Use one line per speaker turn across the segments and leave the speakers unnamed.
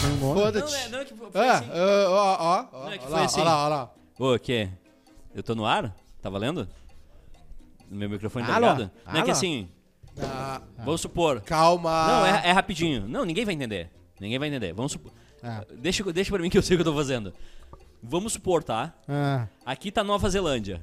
Foi embora.
Foda-te.
Não, é, não, tipo, foi
Ah,
assim.
ah, ó, ó, ó.
Não, é que
Ó
foi
lá,
assim.
ó lá, ó lá.
Ô, que Eu tô no ar? Tá valendo? Meu microfone tá
Alô?
ligado? Não é
Alô?
que assim,
Ah,
vamos supor.
calma.
Não, é, é rapidinho. Não, ninguém vai entender. Ninguém vai entender. Vamos supor.
Ah.
Deixa, eu- deixa pra mim que eu sei o que eu tô fazendo. Vamos supor, tá?
Ah,
Aqui tá Nova Zelândia,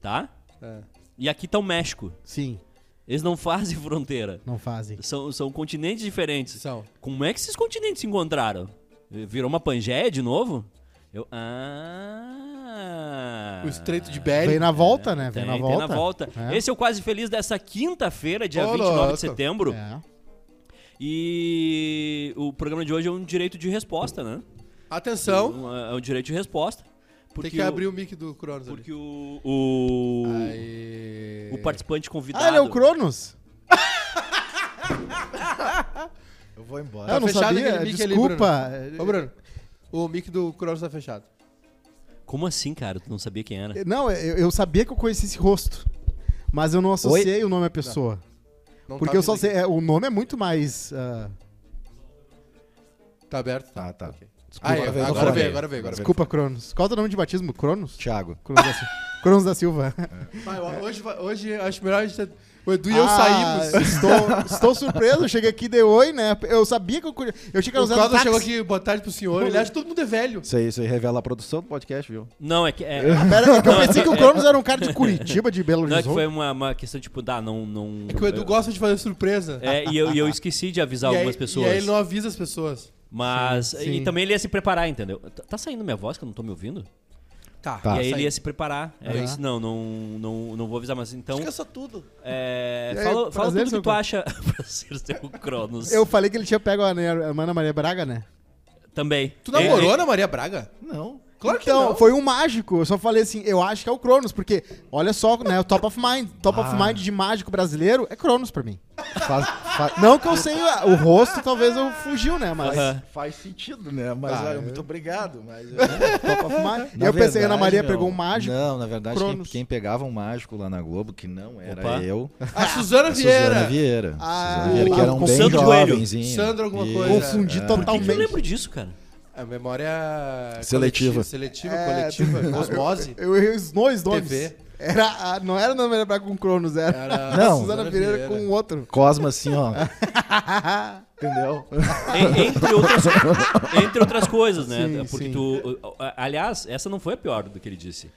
tá?
É.
E aqui tá o México.
sim,
Eles não fazem fronteira.
não fazem.
São, são continentes diferentes.
São.
Como é que esses continentes se encontraram? Virou uma Pangeia de novo? Eu. Ah.
O Estreito de
Vem
Bering.
na
É,
volta, né? Vem na
Tem, tem
volta.
na volta.
É.
Esse é o Quase Feliz dessa quinta-feira, dia
Ô,
29
louco.
de setembro.
É.
E o programa de hoje é um direito de resposta, né?
Atenção.
Um, é um direito de resposta. Porque
Então? Tem que
o,
abrir o mic do Cronos ali.
Porque o. O,
Aê.
o participante convidado.
Ah, ele é o Cronos?
Eu vou embora.
eu não
Tá fechado
sabia,
aquele mic ali,
desculpa.
Ô, Bruno. O mic do Cronos tá fechado.
Como assim, cara? Tu não sabia quem era?
Não, é, eu, eu sabia que eu conhecia esse rosto, mas eu não associei o nome à pessoa.
Não
Porque
tá
eu só
vindo
sei, é, o nome é muito mais... ah,
aqui. Tá aberto?
Tá, tá.
desculpa,
Aí,
veio,
agora
agora
vem,
veio.
agora vem, agora vem.
desculpa, Cronos. Qual é o teu nome de batismo? Cronos?
Thiago.
Cronos da Silva. Cronos da Silva.
Vai, ó, hoje, vai- hoje acho melhor a gente. ter- O Edu e eu
Ah,
saímos.
Estou, estou surpreso, eu cheguei aqui, dei oi, né? Eu sabia que eu conhe- Eu tinha que um
O
usar
Cronos chegou aqui, boa tarde pro senhor. Ele acha que todo mundo é velho.
Isso aí, isso aí revela a produção do podcast, viu?
Não, é que. É,
Pera, é que eu pensei que o Cronos era um cara de Curitiba, de Belo
não é que foi
Horizonte.
uma, uma questão tipo, dá, não. não
É que o Edu
eu-
gosta de fazer surpresa.
É, e eu, e eu esqueci de avisar
e aí,
algumas pessoas.
E aí ele não avisa as pessoas.
Mas.
Sim, sim.
E também ele ia se preparar, entendeu? Tá tá saindo minha voz que eu não tô me ouvindo?
Tá.
e
Tá.
aí ele ia se preparar. Aí eu
Aham.
disse, não, não, não, não vou avisar, mas então.
Esqueça tudo.
é,
E aí,
fala fala
prazer,
tudo
seu
que tu acha. Prazer, seu Cronos.
Eu falei que ele tinha pego a Ana- a Ana Maria Braga, né?
Também. É,
Tu
Ele-
namorou né?
ele-
Ana Maria Braga?
Não.
Claro que
Então,
não.
foi um mágico. Eu só falei assim, eu acho que é o Cronos, porque olha só, né? O top of mind. Top of mind de mágico brasileiro é Cronos pra mim.
Faz, fa-
Não que eu sei o o rosto, talvez eu fugiu, né? Mas.
Aham.
faz sentido, né? Mas
Tá,
olha,
eu-
muito obrigado. Mas eu,
Top of mind.
Na
eu pensei,
verdade,
Ana Maria
meu,
pegou um mágico.
Não, na verdade, quem,
Cronos.
quem pegava um mágico lá na Globo, que não era
Opa.
eu,
A Suzana
a
Vieira.
Suzana Vieira.
Ah,
Suzana Vieira,
o-
que era um
com
bem
Sandro Coelho.
jovenzinho.
Sandro alguma
Isso. é.
coisa.
Confundi
Por que que eu
totalmente.
lembro disso, cara?
A memória.
Seletiva.
Seletiva,
É,
coletiva, osmose.
Eu errei os dois nomes.
TV.
Era, a- não era a Ana Maria Braga com Cronos, era,
Era
a
Não.
Suzana
Suzana
Pereira
Vieira.
com o outro.
Cosma assim, ó. Entendeu?
En- entre, outras, entre outras coisas, né?
Sim,
Porque
sim.
tu. a- Aliás, essa não foi a pior do que ele disse.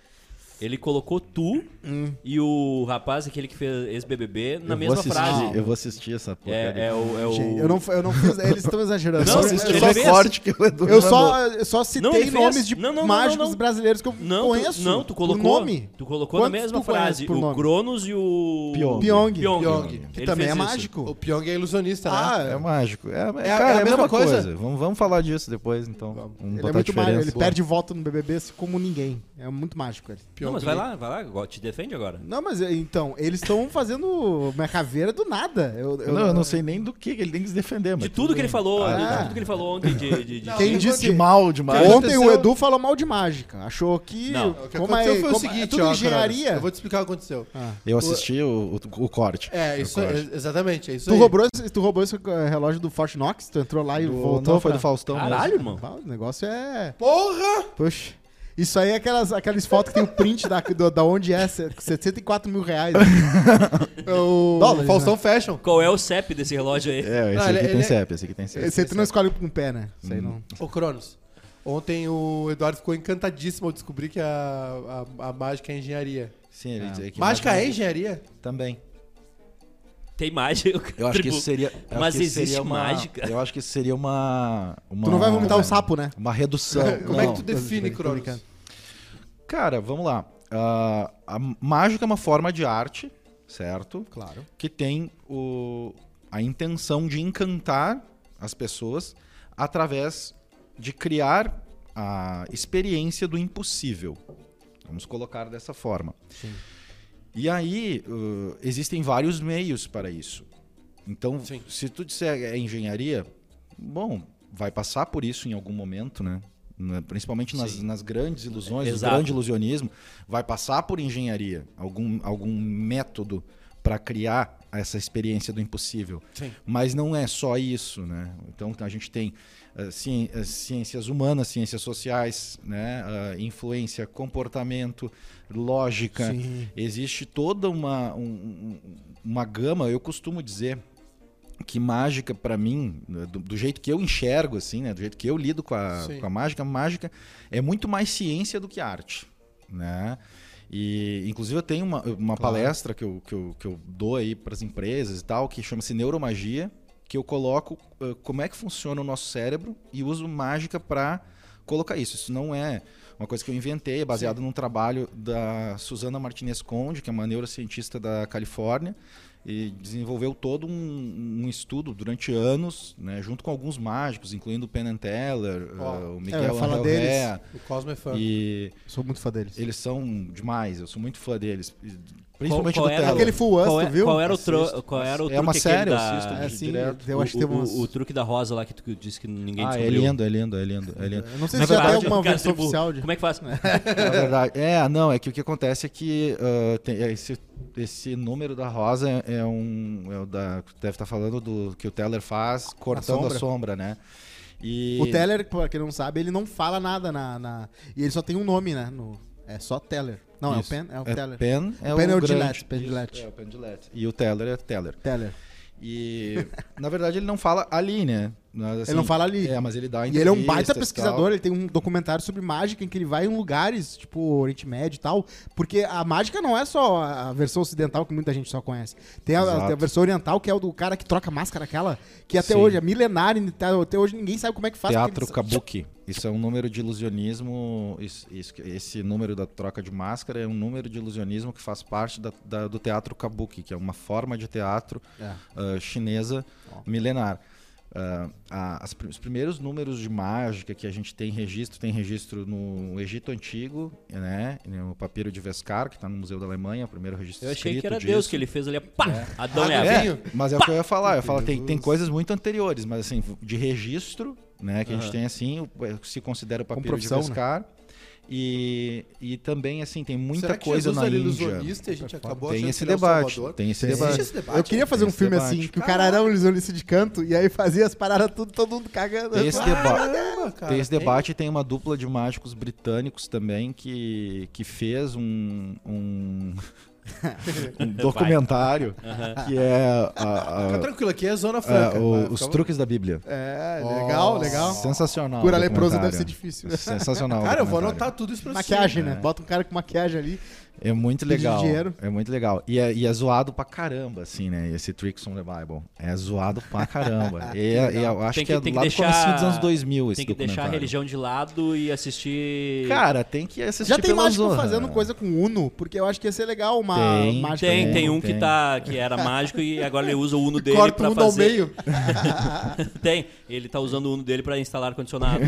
Ele colocou tu
Hum.
e o rapaz, aquele que fez ex-BBB, na
eu
mesma
vou assistir,
frase.
Eu vou assistir essa porra.
É, é o. É o...
Gente, eu, não, eu não fiz. Eles estão exagerando.
Não,
Eu só-
vocês
eu,
ele
só,
fez.
que o Edu
eu,
mandou.
só, eu só
Não,
citei
ele fez.
nomes de
Não, não, não,
mágicos
não, não.
brasileiros que eu
Não, tu-
conheço.
não, tu
por
colocou.
nome.
Tu colocou na
Quantos
mesma
tu conhece
frase
por
o
nome?
Cronos e o.
Pyong.
Pyong.
Pyong,
Que
Ele
também
fez
é
isso.
O
mágico.
Pyong é ilusionista,
Ah,
né?
É mágico. É,
É a-
cara,
é a mesma
coisa.
coisa.
Vamos, vamos falar disso depois, então. Vamos,
Ele
botar
é
a
muito
diferença.
mágico. Ele
né?
perde voto no BBB assim como ninguém. É muito mágico ele.
Pyong é-
Não, mas vai lá, vai lá, agora, te defende agora.
Não, mas então, eles estão fazendo minha caveira do nada. Eu, eu-
Eu não, eu não sei nem do que que ele tem que se defender, mas
De tudo que ele falou,
Ah.
de tudo que ele falou ontem de. de- de-
Não,
Quem
eu
disse
de mal, de mal.
Ontem
aconteceu-
o Edu falou mal de mágica. Achou que.
Não.
O que
como
aconteceu
é,
foi o
como-
seguinte,
é tudo
ó,
engenharia.
Cronos, Eu vou te explicar o que aconteceu.
Ah.
Eu assisti o, o, o corte.
É, isso é, exatamente, é isso
Tu
aí.
roubou, esse, tu roubou esse eh, relógio do Fort Knox? Tu entrou lá e
O-
voltou?
não, foi
pra-
do Faustão
Caralho, irmão.
Ah, O negócio é.
Porra!
Poxa. Isso aí é aquelas, aquelas fotos que tem o print da, do- da onde é, se- 74 mil reais. né?
É O
né?
Dólares,
Faustão Fashion.
Qual é o CEP desse relógio aí?
mesmo. É, esse
Não,
aqui
ele-
tem
ele-
CEP, esse é. Hum, aqui tem CEP.
Você não escolhe com o pé, né? Isso aí não.
Ô, Cronos, ontem o Eduardo ficou encantadíssimo ao descobrir que a, a, a mágica é engenharia.
Sim, ele dizia que
mágica é engenharia?
Também.
Tem mágica.
Eu acho que
Tribu-
isso seria... eu acho
Mas
que isso
existe
seria uma-
mágica?
Eu acho que isso seria uma...
Tu não vai vomitar o
um
sapo, né?
Uma redução.
Como é
Não.
que tu define,
tô
Cronos?
brincando.
Cara, vamos lá. Ah, a mágica é uma forma de arte, certo?
Claro.
que tem o, a intenção de encantar as pessoas através de criar a experiência do impossível. Vamos colocar dessa forma. E aí uh, existem vários meios para isso. Então,
Sim.
se tu disser é engenharia, bom, vai passar por isso em algum momento, né? Na- Principalmente nas,
Sim.
nas grandes ilusões, no
Exato.
grande ilusionismo, vai passar por engenharia, algum, algum método para criar essa experiência do impossível.
Sim.
Mas não é só isso, né? Então a gente tem eh, cien- eh, ciências humanas, ciências sociais, né? Ah, influência, comportamento, lógica.
Sim.
Existe toda uma, um- um- uma gama, eu costumo dizer que mágica para mim, né, do, do jeito que eu enxergo, assim, né? Do jeito que eu lido com a,
Sim.
com a mágica, mágica é muito mais ciência do que arte, né? E, inclusive, eu tenho uma, uma palestra que eu, que, eu, que eu dou aí para as empresas e tal, que chama-se Neuromagia, que eu coloco eh, como é que funciona o nosso cérebro e uso mágica para colocar isso. Isso não é uma coisa que eu inventei, é baseado num trabalho da Susana Martinez Conde, que é uma neurocientista da Califórnia, e desenvolveu todo um, um estudo durante anos, né, junto com alguns mágicos, incluindo o Penn and Teller,
Ó,
eh, o
é, eu
Miguel
ia falar
Angel
deles.
Rea,
O Cosmo é fã.
e
Sou muito fã deles.
eles são demais, eu sou muito fã deles, e principalmente
qual
do
era
Teller.
Aquele Full Us,
Qual,
tu
é-
viu?
qual era o,
Assisto,
tru- qual era o
É uma
truque aquele
série, eu
da...
assisto
É assim,
direto.
eu acho que
o,
tem umas...
o, o truque da rosa lá que tu disse que ninguém
Ah, é
descobriu.
lindo, é lindo, é lindo, é lindo.
Eu não sei
Na
se já tem
verdade,
alguma
cara,
versão
tipo,
oficial de...
Como é que faz?
É verdade. É, não, é que o que acontece é que ah, tem- é esse, esse número da rosa é- é um. É o da, deve estar falando do que o Teller faz cortando a
sombra.
sombra, né? E,
O Teller, pra quem não sabe, ele não fala nada na... na- E ele só tem um nome, né? no- É só Teller. Não,
Isso.
é o Pen, é o Teller.
Penn é
Penn é
o
o
grande.
Gillette, Penn
Isso,
Gillette.
é o Penn Gillette. E o Teller é Teller.
Teller.
E na verdade ele não fala ali, né? Mas, assim,
ele não fala ali.
É, mas ele dá
E ele é um
entrevistas
baita
e tal.
pesquisador, ele tem um documentário sobre mágica em que ele vai em lugares, tipo Oriente Médio e tal, porque a mágica não é só a versão ocidental que muita gente só conhece. Tem a,
Exato.
tem a versão oriental, que é o do cara que troca a máscara aquela, que até
Sim.
hoje é milenária, e tal, até hoje ninguém sabe como é que faz.
Teatro
porque eles-
Kabuki. Isso é um número de ilusionismo. Isso, isso- esse número da troca de máscara é um número de ilusionismo que faz parte da- da- do teatro Kabuki, que é uma forma de teatro
É.
ah, chinesa milenar. Ah, a- as pri- os primeiros números de mágica que a gente tem registro, tem registro no Egito Antigo, né? No papiro de Vescar, que está no Museu da Alemanha, o primeiro registro
Eu achei
escrito
que era
disso.
Deus que ele fez ali. Pá! Adão e
Ah,
Eva.
é?
É, mas é o que eu ia falar. Eu ia falar, tem,
Jesus.
tem coisas muito anteriores, mas assim, de registro, né? Que a gente
Aham.
tem assim, o- é, se considera o
Como
papiro de
profissão, né?
pescar. E, e também, assim, tem muita
Será que
coisa
Jesus
na
era
Índia.
ilusionista e a gente acabou
Tem
achando
esse
que ele é o
debate.
Salvador?
Tem esse
Existe
debate.
esse debate?
Eu queria fazer um
Esse
filme
debate.
assim, que o cara era um ilusionista de canto, e aí fazia as paradas tudo, todo mundo cagando. Ah,
Tem esse debate.
Caramba, cara,
Tem esse debate e tem uma dupla de mágicos britânicos também que, que fez um, um, um documentário que é a- a-
Fica tranquilo, aqui é Zona
a-
Franca.
o-
Vai,
os
fica-
truques da Bíblia.
É, legal, legal.
Sensacional.
Cura
o
leproso deve
documentário.
ser difícil.
Sensacional. o
Cara, eu vou
documentário.
anotar tudo isso pra você.
Maquiagem, né? Bota um cara com maquiagem ali.
É muito
Pedido
legal.
dinheiro.
É muito legal. E é, e é zoado pra caramba, assim, né? Esse Tricks on the Bible. É zoado pra caramba. E é- e eu acho
Tem
que,
que-
é
tem que
lá
deixar-
do começo dos anos 2000 esse
Tem que deixar a
documentário.
religião de lado e assistir...
Cara, tem que assistir
Já tem
pela
mágico
zona.
fazendo coisa com Uno, porque eu acho que ia ser legal uma
Tem,
mágica.
tem,
com
tem um
tem.
que, tá, que era mágico e agora ele usa o Uno dele
Corta
pra
um ao
fazer...
meio.
Tem. Ele tá usando o Uno dele pra instalar ar-condicionado.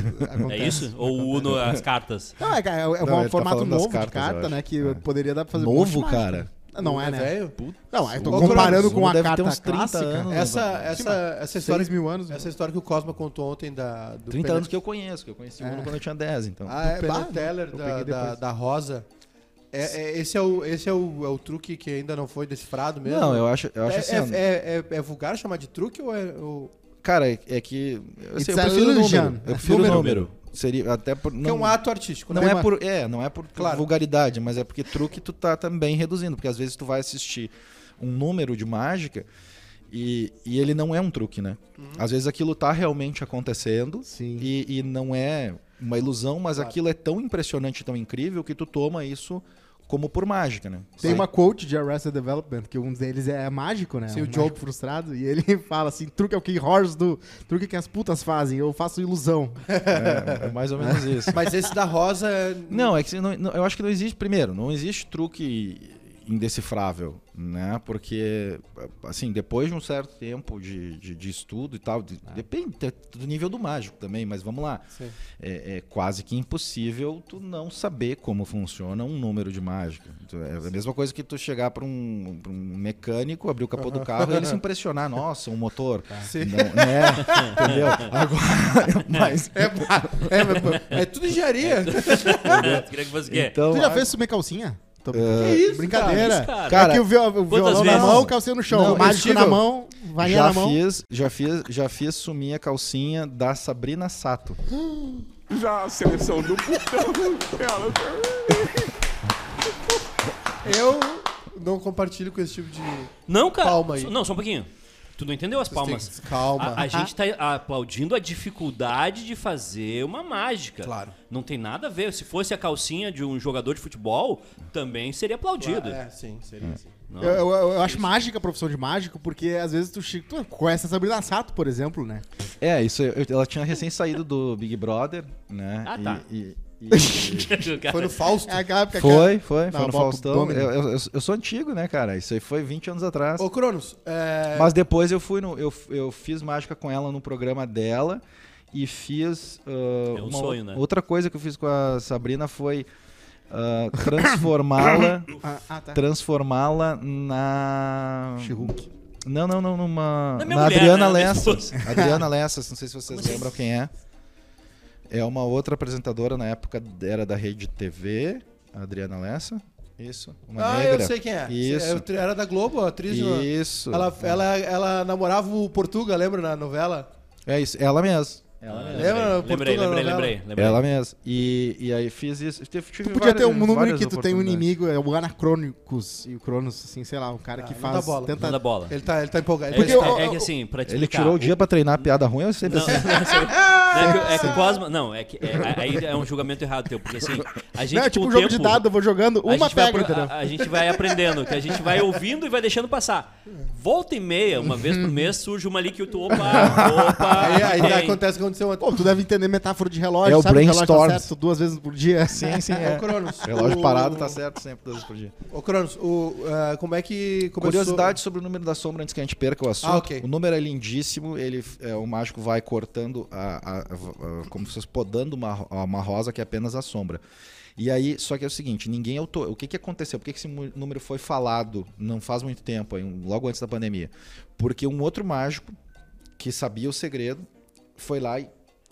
É isso? Ou o Uno, as cartas.
Não, é, cara, é,
Não,
um
ele tá
formato
falando das
novo de
cartas, eu
carta,
acho.
né? Que
É.
poderia dar pra fazer um monte de
Novo,
mágica.
cara.
Não é, né?
Ah, Velho.
Não, eu tô
Ô,
comparando
Cronos,
com
Uno
uma
deve ter
carta
uns É, 30
clássica. né?
anos.
Essa,
Sim,
essa, essa, história,
6 mil anos.
essa história que o Cosma contou ontem da, do
30
Pena-
anos que eu conheço, que eu conheci o
É.
Uno quando eu tinha 10, então.
Ah, é,
Do
bah,
Penn
Teller,
Eu
da,
peguei
da-
depois.
da Rosa. É, é- esse é, o, esse é, o, é o truque que ainda não foi decifrado mesmo?
não, eu acho, eu acho
é,
assim.
é,
ó,
é, é- é vulgar chamar de truque ou é... Ou...
Cara, é é que. Eu, sei,
It's
eu
a
prefiro o
illusion.
número. Eu prefiro o
Número.
número. Seria até por.
Que é um ato artístico, né?
Não
Tem
é,
uma-
por, é, não é por
Claro.
vulgaridade, mas é porque truque tu tá também reduzindo, porque às vezes tu vai assistir um número de mágica e, e ele não é um truque, né? Às vezes aquilo tá realmente acontecendo
Uhum. Sim.
e, e não é uma ilusão, mas aquilo é tão impressionante, tão incrível que tu toma isso como por mágica, né?
Tem
Sai-
uma quote de Arrested Development, que um deles é mágico, né?
Sim,
um
o Joe.
mágico frustrado. E ele fala assim, truque é o que horrors do... Truque que as putas fazem, eu faço ilusão.
é, é mais ou menos isso.
Mas esse da Rosa... é-
Não, é que se não- não- eu acho que não existe. Primeiro, não existe truque indecifrável, né? Porque, assim, depois de um certo tempo de, de, de estudo e tal, de- depende te- do nível do mágico também, mas vamos lá.
É. Sim.
É, é quase que impossível tu não saber como funciona um número de mágica. Tu- É a mesma coisa que tu chegar para um, pra um mecânico, abrir o capô do carro e ele se impressionar. Nossa, um motor.
Tá. Sim.
Não, né? Entendeu? Agora, mas...
É, é, é tudo engenharia.
Queria que fosse o quê?
Então,
É.
tu já fez sumir calcinha?
É.
Tô...
Que isso,
Brincadeira.
cara? Isso, cara.
é que o viol- o violão
quantas
na
vezes?
mão, o calcinha no chão.
Não,
o mágico na
Steven,
mão, vainha
Já
na mão.
fiz, já fiz, já fiz sumir a calcinha da Sabrina Sato.
Já a seleção do putão, ela
Eu não compartilho com esse tipo de.
Não, cara.
Palma aí.
Não, só um pouquinho. Tu não entendeu as palmas.
Tem- Calma.
A, a gente tá aplaudindo a dificuldade de fazer uma mágica.
Claro.
Não tem nada a ver. Se fosse a calcinha de um jogador de futebol, também seria aplaudido.
É, sim, seria assim.
Não.
Eu, eu- eu- eu acho mágica a profissão de mágico, porque às vezes tu, chi- tu conhece a Sabrina Sato, por exemplo, né?
É, isso. eu- ela tinha recém saído do Big Brother, né?
Ah,
E-
tá.
e- e-
Cara,
Foi no Fausto.
É aquela época que a-
Foi, foi,
Não,
foi no
bota o
Faustão.
Domino.
Eu, eu- eu sou antigo, né, cara? Isso aí foi 20 anos atrás.
Ô, Cronos, é,
Mas depois eu fui no. Eu, eu fiz mágica com ela no programa dela e fiz. ah,
É um
uma
sonho,
ou-
né?
Outra coisa que eu fiz com a Sabrina foi ah, transformá-la.
Ah, ah, tá.
transformá-la na.
She-Hulk.
Não, não, não,
Na
numa. Na,
minha mulher,
Adriana
né? Na minha
Lessas.
esposa.
Adriana Lessas, não sei se vocês lembram quem é. É uma outra apresentadora na época, era da Rede TV, a Adriana Lessa. Isso. Uma
ah,
negra.
eu sei quem é.
Isso.
Eu tri- era da Globo, a atriz. não-
Isso.
Ela, ela, ela namorava o Portuga, lembra na novela?
É isso, ela mesma. Ela,
Ah,
mesma.
Lembra?
Lembrei, lembrei,
Portugal,
lembrei,
novela.
lembrei, lembrei.
ela mesma. E, e aí fiz isso. Tive, tive
Tu podia ter
várias-
um número em
várias
que tu tem um
oportunidades.
inimigo, é o Anacrônicos e o Cronos, assim, sei lá, um cara
Ah,
que
não
faz.
dá bola.
tenta-
Manda bola.
Ele tá, ele tá empolgado.
É,
Ele
que,
tá
eu-
é
eu-
que assim, pra explicar...
Ele tirou o dia pra treinar a piada ruim, eu sempre
Não,
assim.
não, sei. Não, é que- é que o Cosma. Não, é que é- aí é um julgamento errado teu, porque assim, a gente.
Não, é
com
tipo
o
um jogo de
tempo,
dado, eu vou jogando
a
uma
gente vai
pega,
apro-
entendeu?
a, a gente vai aprendendo, que a gente vai ouvindo e vai deixando passar. Volta e meia, uma vez por mês, surge uma ali que tu. Opa, opa.
Aí, aí
tem.
acontece o que aconteceu ontem.
Pô, tu deve entender metáfora de relógio,
É o
sabe que relógio
brainstorm.
tá certo duas vezes por dia.
Sim, sim,
Ô,
é.
Cronos.
Relógio
o-
parado tá certo sempre, duas vezes por dia.
Ô, Cronos, o, ah, como é que começou...
Curiosidade sobre o número da sombra antes que a gente perca o assunto.
Ah, ok.
O número é lindíssimo, ele, é, o mágico vai cortando, a, a- a- como se fosse podando uma, ro- uma rosa que é apenas a sombra. E aí, só que é o seguinte, ninguém autor... O que, que aconteceu? Por que, que esse mu- número foi falado não faz muito tempo, aí, um- logo antes da pandemia? Porque um outro mágico que sabia o segredo foi lá e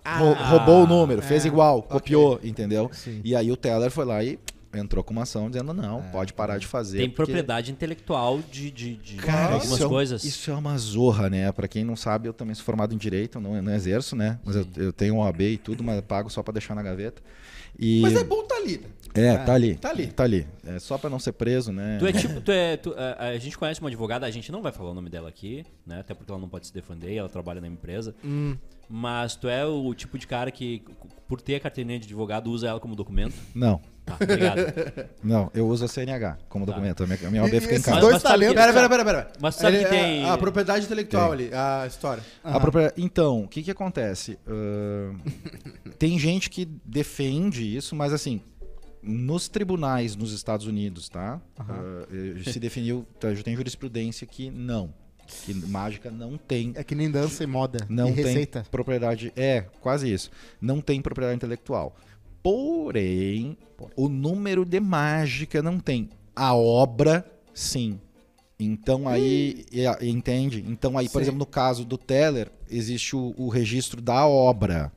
Ah,
Ah.
rou- roubou o número, fez
É.
igual, copiou, entendeu?
Sim.
E aí o Teller foi lá e entrou com uma ação dizendo
É.
não, pode parar de fazer.
Tem
porque-
propriedade intelectual de, de, de
Cara,
algumas
isso é, um-
coisas.
isso é uma zorra, né? Pra quem não sabe, eu também sou formado em direito, não, não exerço, né? Mas eu, eu tenho OAB e tudo, mas eu pago só pra deixar na gaveta. E
Mas é bom tá ali, né?
é, tá ali.
tá ali.
Tá ali. É só pra não ser preso, né?
Tu é tipo, tu é, tu- a, a gente conhece uma advogada, a gente não vai falar o nome dela aqui, né? Até porque ela não pode se defender, ela trabalha na empresa.
Hum.
Mas tu é o tipo de cara que, por ter a carteirinha de advogado, usa ela como documento.
Não.
Tá, obrigado.
Não, eu uso a CNH como documento. A minha, a minha OAB fica em
esses
casa.
dois
Mas sabe que-
talentos.
tá-
Tá Pera, pera, pera, pera. é
Mas sabe que tem-
A, a propriedade intelectual ali, a história.
A própria- Então, o que que acontece? Ahn, tem gente que defende isso, mas assim, nos tribunais nos Estados Unidos, tá? Ah, eh, se definiu, tá, já tem jurisprudência que não. Que mágica não tem.
É que nem dança e moda.
Não
e
tem
receita.
propriedade. É, quase isso. Não tem propriedade intelectual. Porém, o número de mágica não tem. A obra, sim. Então aí, e- entende? Então aí, por exemplo, no caso do Teller, existe o, o registro da obra.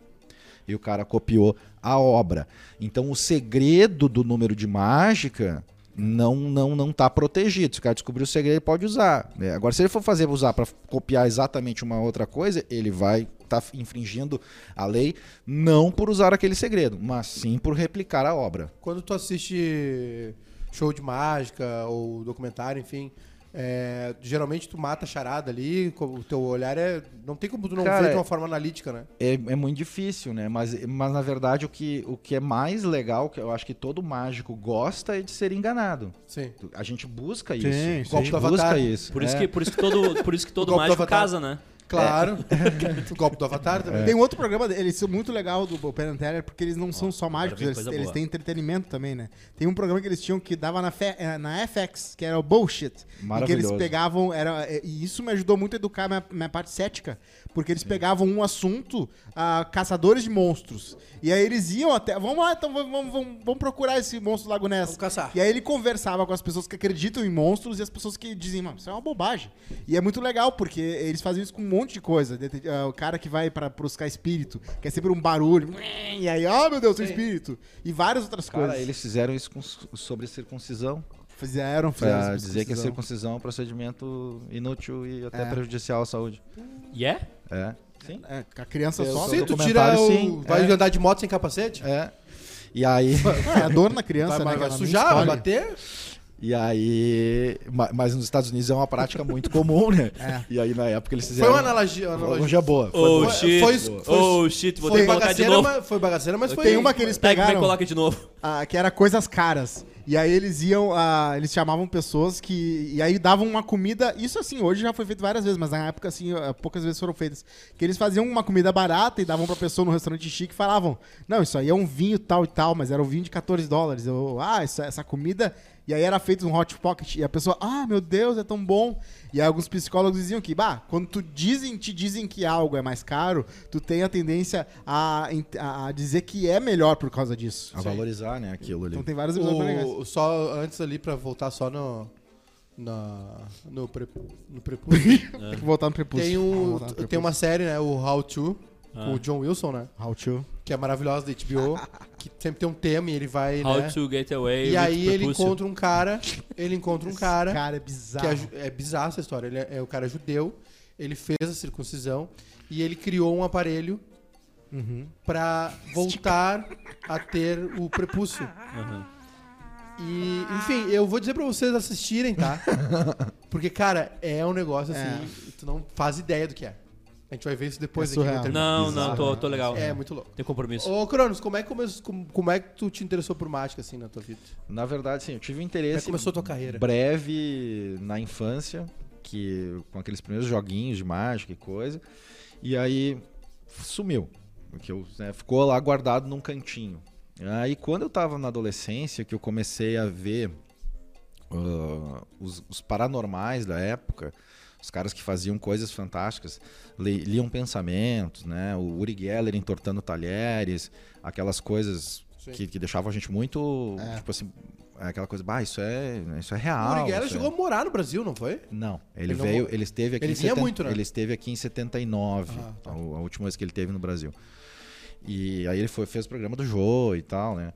E o cara copiou a obra. Então o segredo do número de mágica não não não tá protegido. Se o cara descobrir o segredo, ele pode usar. né? Agora, se ele for fazer usar para copiar exatamente uma outra coisa, ele vai estar infringindo a lei não por usar aquele segredo, mas sim por replicar a obra.
Quando tu assiste show de mágica ou documentário, enfim, é, geralmente tu mata a charada ali, co- o teu olhar é... Não tem como tu não
Cara,
ver de uma forma analítica, né?
É, é muito difícil, né? Mas, mas na verdade o que, o que é mais legal, que eu acho que todo mágico gosta, é de ser enganado.
Sim.
A gente busca
Sim,
isso.
sim.
A
Golpe
gente
do
busca
Avatar.
isso.
Por, isso
é.
que, por isso que todo, por isso que todo
golpe do
mágico
avatar.
casa, né?
Claro. o golpe do Avatar também.
Tem um outro programa, eles são muito legal do Penn Teller, porque eles não são só mágicos,
vem
eles,
Ah, coisa
eles
boa.
têm entretenimento também, né? Tem um programa que eles tinham que dava na, fe- eh, na FX, que era o Bullshit. em que eles é,
Maravilhoso.
pegavam, era, eh, e isso me ajudou muito a educar minha, minha parte cética, Porque eles pegavam um assunto, ah, caçadores de monstros. E aí eles iam até. Vamos lá, então vamos, vamos- vamos- vamos procurar esse monstro do Lago Ness.
Vamos caçar.
E aí ele conversava com as pessoas que acreditam em monstros e as pessoas que dizem, mano, isso é uma bobagem. E é muito legal, porque eles fazem isso com um monte de coisa. Dete- ah, O cara que vai pra buscar espírito, que é sempre um barulho. E aí, ah, meu Deus, tem espírito. E várias outras
Cara,
coisas.
eles fizeram isso com, sobre circuncisão.
Fizeram, fizeram.
Pra
essa
dizer que a
pesquisa.
circuncisão é um procedimento inútil e até prejudicial à saúde.
E é?
É. Sim.
É, com a criança
Eu
só.
sei.
Se
do
tu tira
documentário,
o...
sim,
Vai
é.
andar de moto sem capacete?
É. E aí.
É, a dor na criança,
Vai,
né?
vai,
que
vai
ela nem
sujar, vai
escolhe.
bater?
E aí. ma- Mas nos Estados Unidos é uma prática muito comum, né? E aí na época eles
Foi
fizeram.
uma analogia. uma analogia.
analogia boa. Foi
Oh
boa.
shit.
foi- foi-
oh shit, vou ter
Foi
que colocar de
bagaceira,
novo.
mas, foi bagaceira, mas foi...
Tem uma que eles
Pega e
pegaram.
coloca de novo.
Ah, que era coisas caras. E aí eles iam, ah, eles chamavam pessoas que. E aí davam uma comida. Isso assim, hoje já foi feito várias vezes, mas na época, assim, ah, poucas vezes foram feitas. Que eles faziam uma comida barata e davam pra pessoa no restaurante chique e falavam: Não, isso aí é um vinho tal e tal, mas era um vinho de 14 dólares. Eu, ah, isso- essa comida. E aí era feito um hot pocket. E a pessoa, ah, meu Deus, é tão bom. E aí alguns psicólogos diziam que, bah, quando tu dizem, te dizem que algo é mais caro, tu tem a tendência a, a dizer que é melhor por causa disso.
A valorizar, né, aquilo ali.
Então tem vários episódios bem legais.
O, só antes ali, pra voltar só no... Na, no, pre, no prepúcio.
Tem que voltar no prepúcio.
tem,
Vamos
um,
voltar no prepúcio.
tem uma série, né? O How To,
Ah.
com o John Wilson, né?
How to?
Que é maravilhosa da HBO. que sempre tem um tema e ele vai,
How
né?
to get away
E
with
aí ele
prepúcio.
encontra um cara... Ele encontra um cara...
Cara, é
que
bizarro.
é, ju- é bizarra essa história. Ele é, é- o cara é judeu, ele fez a circuncisão e ele criou um aparelho pra voltar a ter o prepúcio.
Uhum.
E, enfim, eu vou dizer pra vocês assistirem, tá? Porque, cara, é um negócio assim, tu não faz ideia do que é. A gente vai ver isso depois
É
aqui.
surreal.
quando terminar.
Não, não, tô, tô legal.
É muito louco.
Tem compromisso.
Ô, Cronos, como é, que começou- como, como é que tu te interessou por mágica, assim, na tua vida?
Na verdade, sim, eu tive um
Como é
interesse
que começou a tua carreira?
breve na infância, que com aqueles primeiros joguinhos de mágica e coisa. E aí sumiu. Porque eu, né, ficou lá guardado num cantinho. Aí quando eu tava na adolescência, que eu comecei a ver ah, os, os paranormais da época, os caras que faziam coisas fantásticas, le- liam pensamentos, né? O Uri Geller entortando talheres, aquelas coisas
Sim. É.
que, que deixavam a gente muito, tipo assim, aquela coisa, bah, isso é, isso é real.
o Uriguera
isso é-"
chegou a morar no Brasil, não foi?
Não, ele,
Ele não
veio,
mor-
ele esteve aqui
Ele
em
vinha muito, né?
Ele esteve aqui em 79,
Ah, tá.
a, a última vez que ele esteve no Brasil. E aí ele foi, fez o programa do Jô e tal, né?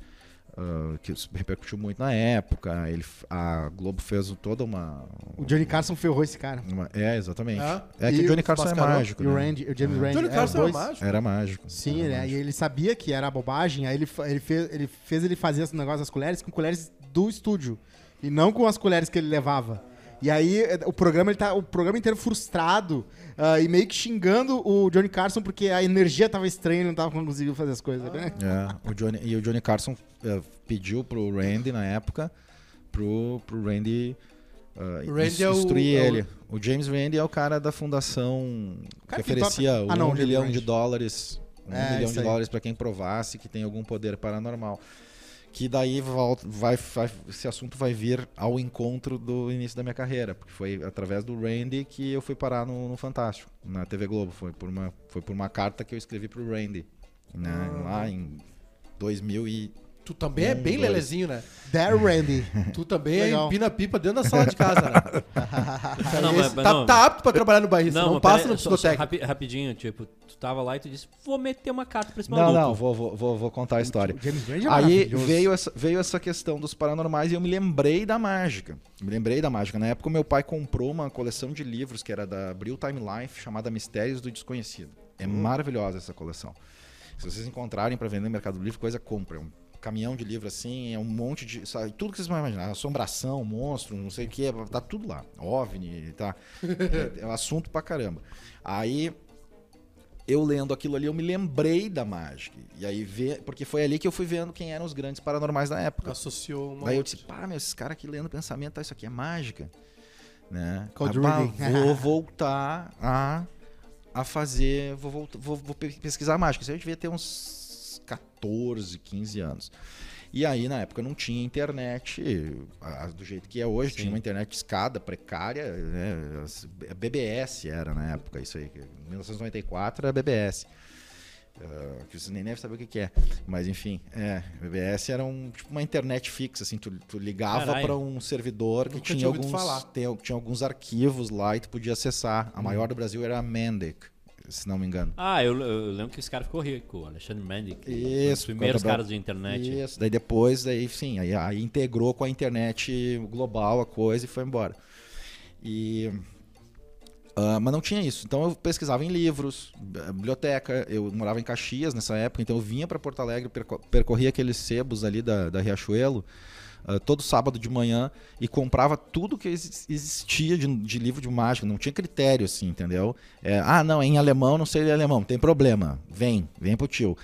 Ah, que isso repercutiu muito na época. Ele, f- a Globo fez toda uma.
O Johnny Carson ferrou esse cara.
uma- é, exatamente.
Ah,
É, que
e
o Johnny
o
Carson é
Pascarão
mágico.
E o
né?
Randy, o James Randy.
Johnny
é,
Carson
os
era
dois.
mágico.
Era mágico.
Sim,
Era
ele, é.
mágico.
e ele sabia que era bobagem, aí ele, fa- ele, fez, ele fez ele fazer esse negócio das colheres com colheres do estúdio. E não com as colheres que ele levava. E aí eh, o programa, ele tá, o programa inteiro frustrado ah, e meio que xingando o Johnny Carson porque a energia tava estranha, ele não tava conseguindo fazer as coisas. né?
É, o Johnny, e o Johnny Carson eh, pediu pro Randy na época, pro, pro Randy, eh,
Randy
ins-
é o-
instruir
é o-
ele. O James Randy é o cara da fundação
cara
que
que toca-
oferecia um
Ah, não, o James
milhão
Randy.
de dólares. Um
É,
milhão
isso
de
aí.
dólares pra quem provasse que tem algum poder paranormal. Que daí volta, vai, vai- esse assunto vai vir ao encontro do início da minha carreira, porque foi através do Randy que eu fui parar no, no Fantástico, na TV Globo. Foi por, uma, foi por uma carta que eu escrevi pro Randy, né,
Ah, tá.
lá em 2000 e...
Tu também é
Um,
bem
dois.
lelezinho, né?
There, Randy.
Tu também é
Legal.
empina a pipa dentro da sala de casa, né? Isso aí
Não,
é-
mas- mas
tá,
não.
tá apto pra trabalhar no barrista, não,
mas
passa
pera-
no
só- só
psicotécnico.
rapi- rapidinho, tipo, tu tava lá e tu disse, vou meter uma carta pra esse
Não,
maluco.
não, vou, vou, vou, vou contar a história.
O James Randy é
Aí
maravilhoso.
veio essa, veio essa questão dos paranormais e eu me lembrei da mágica. Me lembrei da mágica. Na época, meu pai comprou uma coleção de livros que era da Brill Time Life, chamada Mistérios do Desconhecido. É maravilhosa essa coleção. Se vocês encontrarem para vender no Mercado Livre, coisa compra. É um caminhão de livro assim, é um monte de. Sabe, tudo que vocês vão imaginar. Assombração, monstro, não sei o que, tá tudo lá. OVNI, tá. É, é um assunto pra caramba. Aí eu lendo aquilo ali, eu me lembrei da mágica. E aí vê, porque foi ali que eu fui vendo quem eram os grandes paranormais da época.
Associou uma.
Daí eu disse, pá, meu, esses caras aqui lendo pensamento, tá, isso aqui é mágica. Né?
Cold
Ah, pá,
reading.
vou voltar a, a fazer, vou, voltar, vou, vou pe- pesquisar mágica. Isso aí eu devia ter uns 14, 15 anos. E aí, na época, não tinha internet a- a- do jeito que é hoje. Tinha uma internet escada, precária. Né? As- BBS era na época, isso aí. que- 1994 era BBS. Ah, que você nem deve saber o que, que é. Mas, enfim, é. BBS era um, tipo uma internet fixa, assim. Tu, tu ligava
Caralho.
para um servidor que
Nunca
tinha
tinha ouvido
alguns,
falar.
tem- tinha alguns arquivos lá e tu podia acessar. A maior do Brasil era a Mendic, se não me engano.
Ah, eu, eu lembro que esse cara ficou rico, o Alexandre Mendick. um dos
Isso,
primeiros
contra-
caras de internet.
Isso, daí depois, daí, sim, aí, aí integrou com a internet global a coisa e foi embora. E, ah, mas não tinha isso. Então eu pesquisava em livros, b- biblioteca. Eu morava em Caxias nessa época, então eu vinha para Porto Alegre, perco- percorria aqueles sebos ali da, da Riachuelo. ah, todo sábado de manhã e comprava tudo que exis- existia de, de livro de mágica, não tinha critério assim, entendeu? É, ah, não, é em alemão, não sei ler alemão, não tem problema, vem, vem pro tio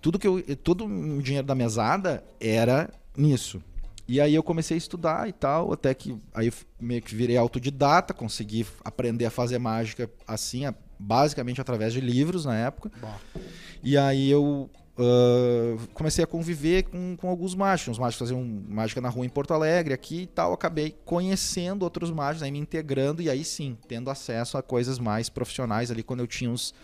tudo que eu, todo o dinheiro da mesada era nisso. E aí eu comecei a estudar e tal, até que aí eu meio que virei autodidata, consegui aprender a fazer mágica assim, a- basicamente através de livros na época. E aí eu ah, comecei a conviver com, com alguns mágicos. Os mágicos faziam mágica na rua em Porto Alegre, aqui e tal. Acabei conhecendo outros mágicos, aí me integrando e aí sim, tendo acesso a coisas mais profissionais ali quando eu tinha uns,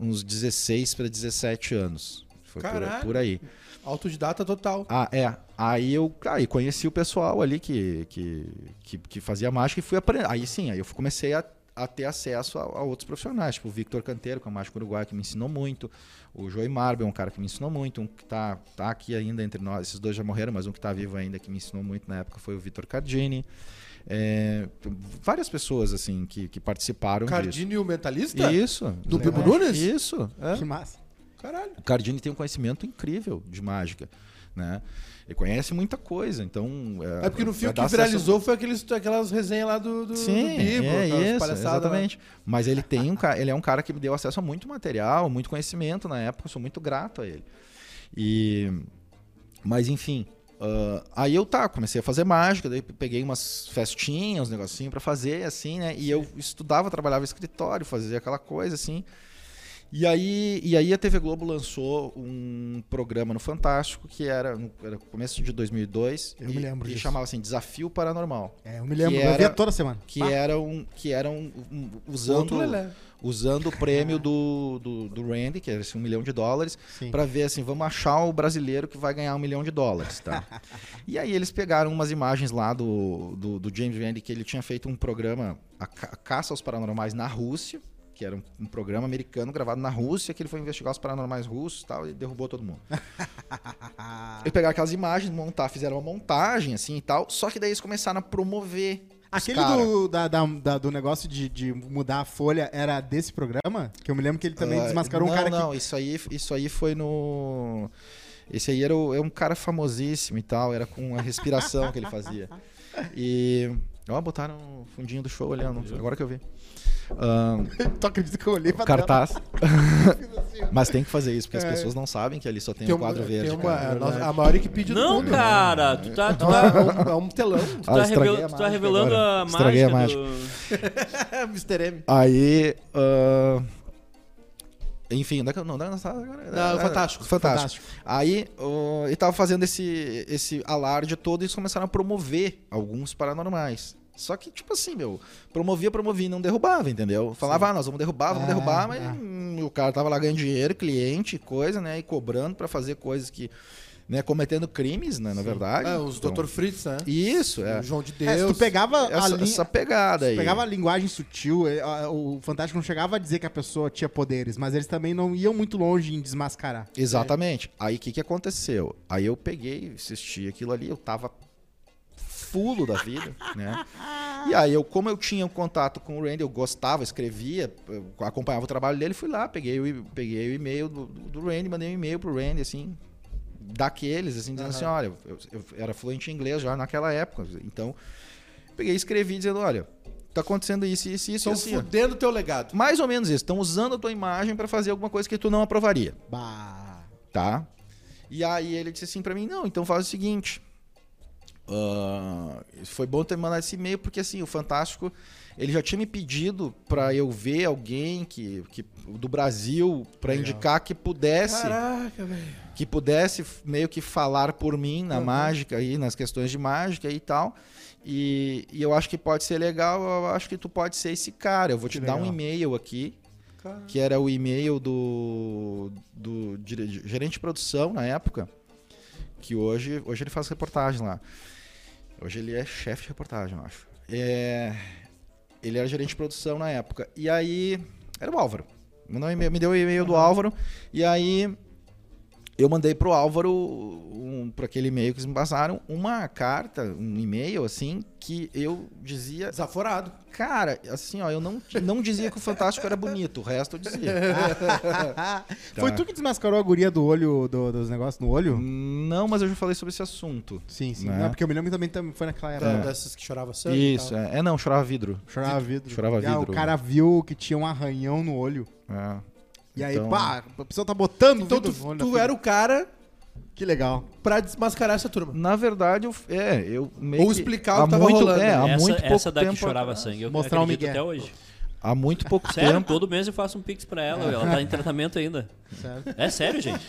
uns 16 para 17 anos. Foi por,
Caralho!
por aí.
Autodidata total.
Ah, é. Aí eu aí conheci o pessoal ali que, que, que, que fazia mágica e fui aprender. Aí sim, aí eu comecei a, a ter acesso a, a outros profissionais, tipo o Victor Canteiro, que é um mágico uruguaio que me ensinou muito, o Joey Marble é um cara que me ensinou muito, um que tá, tá aqui ainda entre nós, esses dois já morreram, mas um que tá vivo ainda que me ensinou muito na época foi o Victor Cardini. É, várias pessoas assim que, que participaram disso.
Cardini, o mentalista?
Isso.
Do
Legal.
Bibo Nunes?
Isso. é.
Que massa.
Caralho.
O Cardini tem um conhecimento incrível de mágica, né? Ele conhece muita coisa, então...
É porque no fio
dá
que
acesso- um-
viralizou foi aqueles, aquelas resenhas lá do, do,
Sim,
do Bibo, aquelas
é isso,
palhaçadas né? lá.
exatamente. Mas ele tem um cara, ele é um cara que me deu acesso a muito material, muito conhecimento na época, eu sou muito grato a ele. E mas enfim, ah, aí eu tá, comecei a fazer mágica, daí peguei umas festinhas, uns negocinhos pra fazer assim, né? E eu estudava, trabalhava em escritório, fazia aquela coisa assim. E aí, e aí a TV Globo lançou um programa no Fantástico que era no era começo de 2002
Eu
e,
me lembro
e
disso.
chamava assim Desafio Paranormal
É, eu me lembro,
Que
eu via
era-
toda semana. Ah,
que eram que eram um, usando
Outro Lelé.
usando o prêmio do, do, do Randy que era assim, um milhão de dólares
Sim.
pra ver assim vamos achar o brasileiro que vai ganhar um milhão de dólares tá e aí eles pegaram umas imagens lá do, do, do James Randy que ele tinha feito um programa a Ca- caça aos paranormais na Rússia que era um, um programa americano gravado na Rússia que ele foi investigar os paranormais russos e tal e derrubou todo mundo eles pegaram aquelas imagens montar fizeram uma montagem assim e tal só que daí eles começaram a promover os
Aquele
é cara.
do, da, da- da- do negócio de, de mudar a folha era desse programa? Que eu me lembro que ele também
Ah,
desmascarou
não,
um cara
Não, isso aí, isso aí foi no. Esse aí era, o- é um cara famosíssimo e tal, era com a respiração que ele fazia. E. Ó, botaram o fundinho do show ali, ó, não- agora que eu vi. Ahn,
que. Tu acredita que eu olhei pra
cartaz. Mas tem que fazer isso, porque as pessoas não sabem que ali só tem, um
uma-
quadro verde.
tem uma- a,
cara.
é, nossa- a maior equipe do
Não,
mundo.
cara, tu tá, tu
Nossa,
tá,
é um- é um telão.
tu tá
Ah, estraguei
revel-
a
tu tá
mágica
revelando
agora.
a
Estraguei a
mágica,
Mr. M.
Aí. ahn, Enfim, onde é que eu- não, onde é que nós tava agora?
Não,
Ah,
fantástico,
Fantástico. Aí ah, ele tava fazendo esse, esse alarde todo e eles começaram a promover alguns paranormais. Só que, tipo assim, meu, promovia, promovia e não derrubava, entendeu? Falava, ah, nós vamos derrubar, vamos
Ah,
derrubar, mas
ah.
hum, o cara tava lá ganhando dinheiro, cliente, coisa, né? E cobrando pra fazer coisas que. Né, cometendo crimes, né? Na verdade.
É, os
Então,
Dr. Fritz, né?
Isso, é.
O João de
É, se
Deus.
tu pegava a
Essa,
linha.
essa pegada aí.
Pegava a linguagem sutil, eh, a- o Fantástico não chegava a dizer que a pessoa tinha poderes, mas eles também não iam muito longe em desmascarar.
Exatamente. Aí o que, que aconteceu? Aí eu peguei, assisti aquilo ali, eu tava fulo da vida, né? E aí eu, como eu tinha um contato com o Randy, eu gostava, escrevia, eu acompanhava o trabalho dele, fui lá, peguei o, e- peguei o e-mail do, do Randy, mandei um e-mail pro Randy, assim, daqueles, assim, dizendo assim, olha, eu, eu era fluente em inglês já naquela época, então peguei e escrevi dizendo, olha, tá acontecendo isso, isso, isso,
Estão
e assim, ó.
fudendo teu legado.
mais ou menos isso, estão usando a tua imagem pra fazer alguma coisa que tu não aprovaria
Bah.
tá? E aí ele disse assim pra mim, não, então faz o seguinte, Ah, foi bom ter mandado esse e-mail porque assim o Fantástico ele já tinha me pedido pra eu ver alguém que, que do Brasil pra indicar que pudesse
Caraca, velho.
que pudesse f- meio que falar por mim na mágica aí, nas questões de mágica e tal. E, e eu acho que pode ser legal, eu acho que tu pode ser esse cara. Eu vou te dar um
legal.
e-mail aqui,
Cara.
que era o e-mail do, do dire- gerente de produção na época, que hoje, hoje ele faz reportagem lá. Hoje ele é chefe de reportagem, eu acho. É, ele era gerente de produção na época. E aí. Era o Álvaro. Mandou um e-mail- me deu o e-mail do Álvaro. E aí eu mandei pro Álvaro, um, para aquele e-mail que eles me passaram, uma carta, um e-mail, assim, que eu dizia.
Desaforado.
Cara, assim, ó, eu não, não dizia que o Fantástico era bonito, o resto eu dizia.
Ah,
Tá.
Foi tu que desmascarou a guria do olho, do- dos negócios no olho?
Não, mas eu já falei sobre esse assunto.
Sim, sim.
Hum. Né?
Não, porque eu me lembro também tam- foi naquela
Da-
época.
Dessas que chorava sangue. e
Isso,
tal.
é. É, não, chorava vidro.
Chorava vidro.
Chorava
E, ah,
vidro. né?
o cara viu que tinha um arranhão no olho.
É.
E aí,
Então-
pá, a pessoa tá botando
Então tu,
vidro no olho da
tu
filha.
era o cara
Que legal.
pra desmascarar essa turma.
Na verdade, eu, é, eu meio
Ou
que-
explicar o
há
que tava
muito,
rolando,
É,
né?
há
essa,
muito pouco
essa daqui
tempo
chorava
atrás.
sangue. Eu
Mostrar o
acredito
Miguel.
até hoje.
Há muito pouco
Sério,
tempo.
todo mês eu faço um pix pra ela. Ela tá em tratamento ainda. É sério, gente.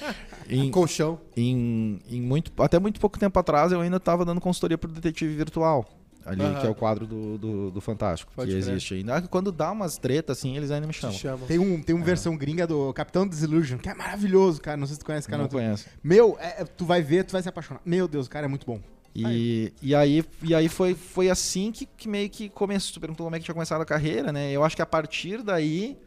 Em,
Colchão.
em, em muito, até muito pouco tempo atrás, eu ainda estava dando consultoria para o detetive virtual. Ali,
Aham.
que é o quadro do, do, do Fantástico,
Pode
que
crer.
existe ainda. Ah, Quando dá umas tretas, assim, eles ainda me
Te
chamam.
chamam.
Tem, um, tem uma versão gringa do Capitão Disillusion, que é maravilhoso, cara. Não sei se tu conhece o cara.
não
no YouTube.
conheço.
Meu, é- é- tu vai ver, tu vai se apaixonar. Meu Deus, o cara é muito bom.
E, e aí, e aí foi, foi assim que, que meio que começou. Tu perguntou como é que tinha começado a carreira, né? Eu acho que a partir daí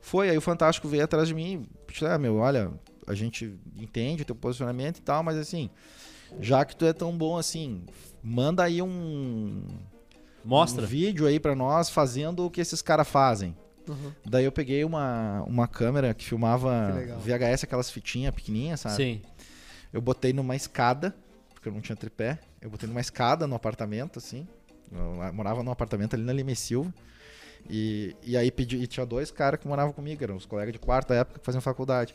foi. Aí o Fantástico veio atrás de mim. disse, Ah, meu, olha, a gente entende o teu posicionamento e tal, mas assim, já que tu é tão bom assim, manda aí um, um
Mostra.
vídeo aí pra nós fazendo o que esses caras fazem.
Uhum.
Daí eu peguei uma, uma câmera que filmava
Que legal.
VHS, aquelas fitinhas pequenininhas, sabe?
Sim.
Eu botei numa escada, porque eu não tinha tripé. Eu botei numa escada no apartamento, assim. Eu lá- morava num apartamento ali na Lima e Silva. E, e aí pedi, e tinha dois caras que moravam comigo, eram os colegas de quarta época que faziam faculdade.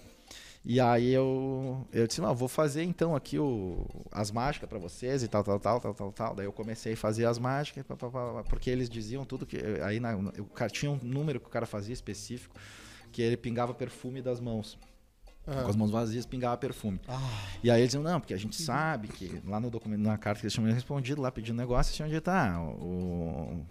E aí eu, eu disse, não, vou fazer então aqui o, as mágicas pra vocês e tal, tal, tal, tal, tal, tal. Daí eu comecei a fazer as mágicas, pá, pá, pá, pá, porque eles diziam tudo que. Aí na, o cara tinha um número que o cara fazia específico, que ele pingava perfume das mãos. Com as mãos vazias, pingava perfume.
Ah.
E aí eles diziam, não, porque a gente sabe que lá no documento, na carta que eles tinham respondido, lá pedindo negócio, eles tinham dito, ah, o, o-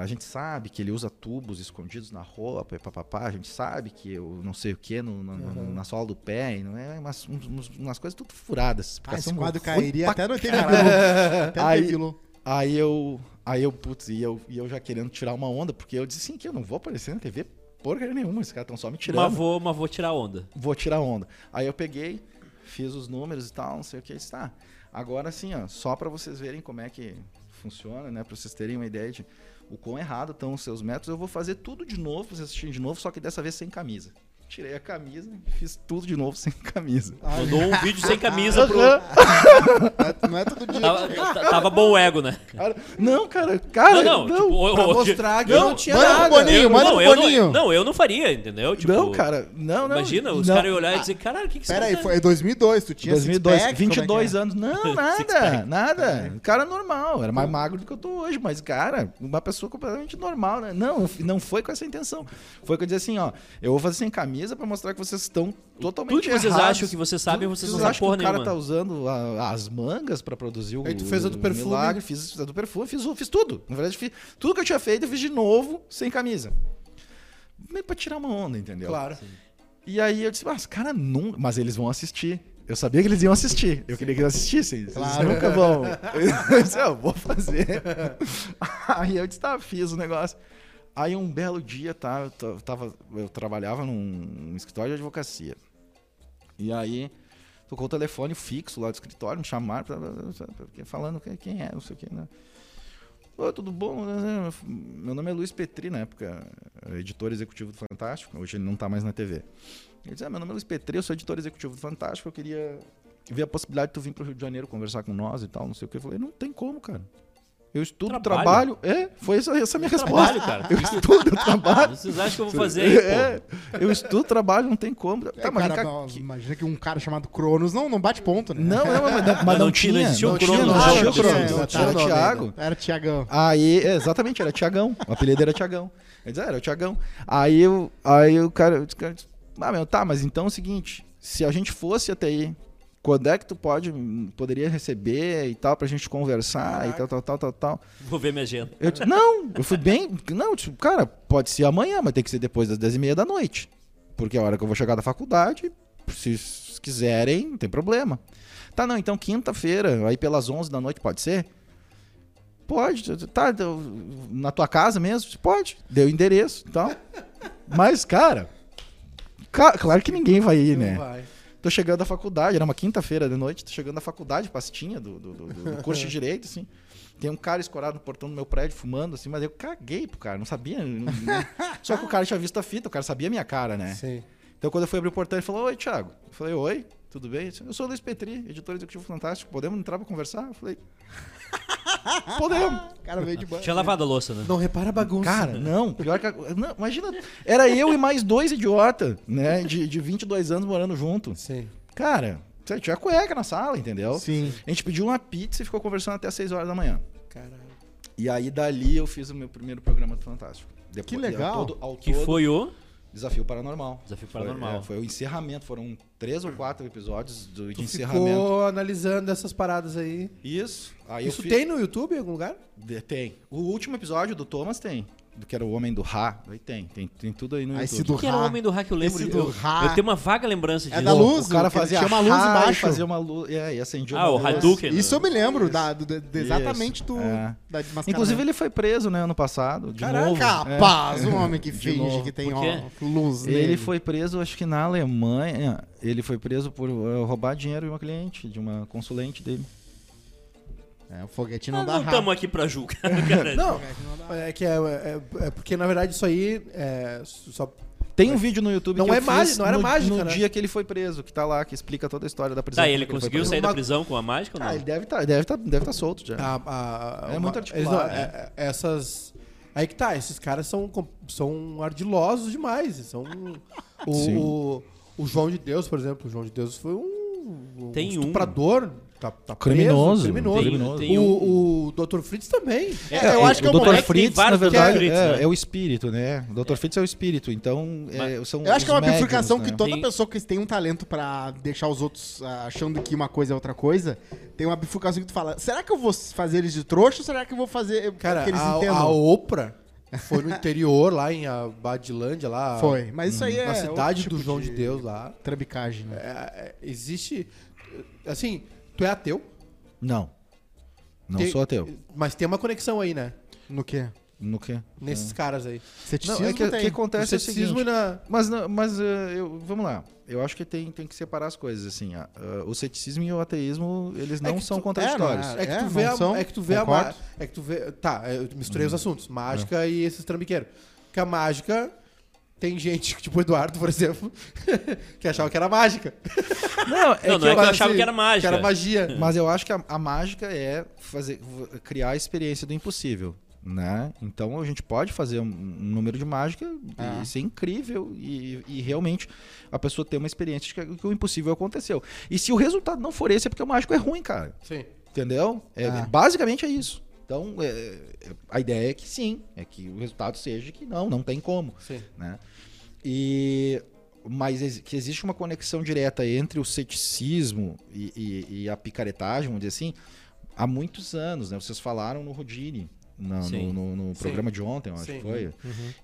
a gente sabe que ele usa tubos escondidos na roupa, e papapá, a gente sabe que eu não sei o que na sola do pé, e não é umas, uns- umas coisas tudo furadas.
Ah, esse
explicação
quadro
ruim
cairia
pra
até no Teve
caralho.
Até no
Aí-
Teve um. Pillow.
Aí eu, aí eu, putz, e eu, e eu já querendo tirar uma onda, porque eu disse assim, que eu não vou aparecer na TV porcaria nenhuma, esses caras estão só me tirando
Mas vou, mas vou tirar onda.
vou tirar onda. Aí eu peguei, fiz os números e tal, não sei o que, está. Agora sim, ó, só para vocês verem como é que funciona, né, para vocês terem uma ideia de o quão errado estão os seus métodos, eu vou fazer tudo de novo, pra vocês assistirem de novo, só que dessa vez sem camisa. Tirei a camisa e fiz tudo de novo sem camisa.
Mandou um vídeo sem camisa pro.
Não é todo dia.
Tava, t- tava bom o ego, né?
Cara, não, cara, cara,
não,
não.
não. tipo, o-
Pra
o-
mostrar que não tinha
manda pro
nada.
Boninho.
Eu-
manda
não,
pro
eu não-
Boninho.
Não, eu não faria, entendeu? Tipo,
não, cara, não, não.
Imagina os
não. Ah,
caras iam olhar e dizer, caralho, o que, que
Pera
você
aí,
tá-
foi em 2002, tu tinha
2002,
six-pack, como é que
22
é?
anos. Não, nada, nada.
É.
O cara normal, era mais magro do que eu tô hoje, mas, cara, uma pessoa completamente normal, né? Não, não foi com essa intenção. Foi que eu disse assim, ó, eu vou fazer sem camisa pra mostrar que vocês estão totalmente
Tudo que vocês
errados.
acham que vocês sabem,
Tudo que
vocês não sabem
acham
porra
que o cara
nenhuma.
tá usando a- as mangas pra produzir o
Aí tu fez a do
o
perfume.
milagre, fiz a do perfume, fiz, o- fiz tudo. Na verdade, fiz, tudo que eu tinha feito, eu fiz de novo, sem camisa. Meio pra tirar uma onda, entendeu?
Claro.
E aí eu disse, mas cara, nunca. Mas eles vão assistir. Eu sabia que eles iam assistir. Eu queria que eles assistissem.
Claro.
Eles nunca vão. Eu disse, "Ah, eu vou fazer. Aí eu disse, tá, fiz o negócio. Aí um belo dia, tá? Eu, ta- tava, eu trabalhava num escritório de advocacia. E aí tocou o telefone fixo lá do escritório, me chamaram, pra- pra- pra- pra- falando que- quem é, não sei o que, né? Ô, tudo bom? Meu nome é Luiz Petri, na época, editor executivo do Fantástico. Hoje ele não tá mais na TV. Ele disse, ah, meu nome é Luiz Petri, eu sou editor executivo do Fantástico, eu queria ver a possibilidade de tu vir pro Rio de Janeiro conversar com nós e tal, não sei o que. Eu falei, não tem como, cara. Eu estudo,
Trabalho.
trabalho. É, foi essa, essa a minha resposta.
Trabalho, cara.
Eu estudo, trabalho.
Vocês acham que eu vou fazer aí, pô?
tá É, eu estudo, trabalho, não tem como.
É,
Tá, mas
cara,
ca-
não, Imagina que um cara chamado Cronos não, não bate ponto, né?
Não, não, mas, mas
Mas
não,
não tinha,
tinha.
não existia um
não tinha,
Cronos,
não
não tinha
tinha Cronos,
é,
não
tá,
tinha o
nome
Thiago.
ainda. Era Thiagão.
Aí, é, exatamente, era Tiagão. O apelido era Tiagão. Ele disse, ah, era o Tiagão. Aí, eu, aí o cara, o cara disse, ah, meu, tá, mas então é o seguinte, se a gente fosse até aí, quando é que tu pode, poderia receber e tal, pra gente conversar e tal, tal, tal, tal, tal.
Vou ver minha agenda.
Eu disse, não, eu fui bem, não, eu disse, cara, pode ser amanhã, mas tem que ser depois das 10 e meia da noite. Porque é a hora que eu vou chegar da faculdade, se s- quiserem, não tem problema. Tá, não, então quinta-feira, aí pelas 11 da noite, pode ser? Pode, eu disse, tá, eu- na tua casa mesmo? Disse, Pode, deu o endereço e tal. Mas, cara, ca- claro que ninguém vai ir, né?
Vai.
Tô chegando da faculdade, era uma quinta-feira de noite, tô chegando da faculdade, pastinha do, do, do- do curso de direito, assim. Tem um cara escorado no portão do meu prédio, fumando, assim, mas eu caguei pro cara, não sabia. não- não- Só que o cara tinha visto a fita, o cara sabia a minha cara, né?
Sim.
Então quando eu fui abrir o portão, ele falou: Oi, Thiago. Eu falei: Oi, tudo bem? Ele disse, Eu sou o Luiz Petri, editor executivo fantástico, podemos entrar pra conversar? Eu falei: Podemos.
O cara veio de banho.
Tinha lavado a louça, né?
Não repara a bagunça.
Cara, não, pior que. a- não, imagina, era eu e mais dois idiota, né, de, de 22 anos morando junto.
Sim.
Cara, você tinha cueca na sala, entendeu?
Sim.
A gente pediu uma pizza e ficou conversando até as 6 horas da manhã.
Caralho.
E aí dali eu fiz o meu primeiro programa do Fantástico. Depois,
Que legal.
Ao todo, ao
Que
todo,
foi o...
Desafio Paranormal.
Desafio
Foi-
Paranormal.
é, Foi, o encerramento, foram três ou quatro episódios do, de
Tu
encerramento.
ficou analisando essas paradas aí.
Isso. Aí
Isso
eu fiz-
tem no YouTube em algum lugar?
De- Tem. O último episódio do Thomas tem. Do que era o Homem do Ra. Aí tem. Tem, tem tudo aí no
Aí se
YouTube.
Ah, do
que era o
Ra.
homem do hack, eu lembro.
Esse
eu,
do Ra.
eu tenho uma vaga lembrança disso.
da
Pô,
luz,
O cara
que ele
fazia
tinha uma luz
Ra e
embaixo.
Fazia uma luz. É, e acendia
Ah,
uma
o
luz.
Hadouken.
Isso eu me lembro, da, do- de- de-
Isso.
exatamente do,
É.
da desmascaramento.
Inclusive ele foi preso, né, ano passado. De
Caraca,
novo.
rapaz, um homem que finge
novo.
que tem
Por
ó,
quê?
luz
Ele
nele.
foi preso, acho que na Alemanha. Ele foi preso por eh, roubar dinheiro de uma cliente, de uma consulente dele.
É, o foguete não
Não
dá
estamos
rabo.
aqui pra julgar, cara.
Não. É que é, é- é porque, na verdade, isso aí é só.
Tem um vídeo no YouTube
Não
que eu
é
fiz
mágica, não era
no,
mágica,
no
né?
dia que ele foi preso, que tá lá, que explica toda a história da prisão.
Tá, e
como
ele
que foi
conseguiu
preso.
sair da
Uma-
prisão com a mágica ou não?
Ah, ele deve estar, deve tá, deve tá solto já.
a- a-
É muito articulado,
eles não-
né?
é- é- essas. Aí que tá, esses caras são, com- são ardilosos demais. São. O,
Sim.
o, o João de Deus, por exemplo. O João de Deus foi um. um
Tem um.
estuprador. Tá, tá preso,
Criminoso,
criminoso.
criminoso.
Tem- um. tem
o, o Dr. Fritz também.
É, eu acho que é o
Dr.
moleque
que tem
Fritz, na
vários
verdade,
Dr. Fritz,
é,
né?
é o espírito, né? O Dr. Fritz é o espírito, então é, são
Eu acho que é uma
os médiums,
bifurcação
né?
que toda
Tem-
pessoa que tem um talento pra deixar os outros ah, achando que uma coisa é outra coisa, tem uma bifurcação que tu fala, será que eu vou fazer eles de trouxa ou será que eu vou fazer
Cara,
que eles
a,
entendam?
a Oprah foi no interior, lá em Abadilândia, lá.
Foi, mas isso
Uhum.
aí é
Na cidade
outro
do
tipo
João de Deus lá.
Trambicagem, né?
É, é, existe. Assim, tu é ateu.
Não. Não
Tem-
sou ateu.
Mas tem uma conexão aí, né?
No quê?
No quê?
Hum.
Nesses caras aí.
Ceticismo
Não, é que o
tem.
que acontece é o seguinte.
e na.
Mas, não- mas eh, eu, vamos lá. Eu acho que tem, tem que separar as coisas, assim. ah, ah, o ceticismo e o ateísmo, eles não
que
são
tu-
contraditórios.
é, não
É que,
É,
tu vê
não
a,
são,
é que tu vê a ma-
concordo.
É que tu vê. Tá, eu misturei os assuntos. Mágica e esses trambiqueiros. Porque a mágica. Tem gente, tipo o Eduardo, por exemplo, que achava que era mágica.
Não,
Não,
não é que eu
Mas,
achava
assim,
que era mágica.
Que era magia.
Mas eu acho que a, a mágica é fazer, v- criar a experiência do impossível, né? Então a gente pode fazer um, um número de mágica
Ah.
e ser incrível e, e realmente a pessoa ter uma experiência de que, que o impossível aconteceu. E se o resultado não for esse, é porque o mágico é ruim, cara.
Sim.
Entendeu? É,
Ah.
Basicamente é isso. Então, é, é, a ideia é que sim, é que o resultado seja que não, não tem como.
Sim.
Né? E, mas ex- que existe uma conexão direta entre o ceticismo e, e- e a picaretagem, vamos dizer assim, há muitos anos. Né? Vocês falaram no Rodini, na-
Sim.
no, no- no
Sim.
programa de ontem, eu acho
Sim.
que foi.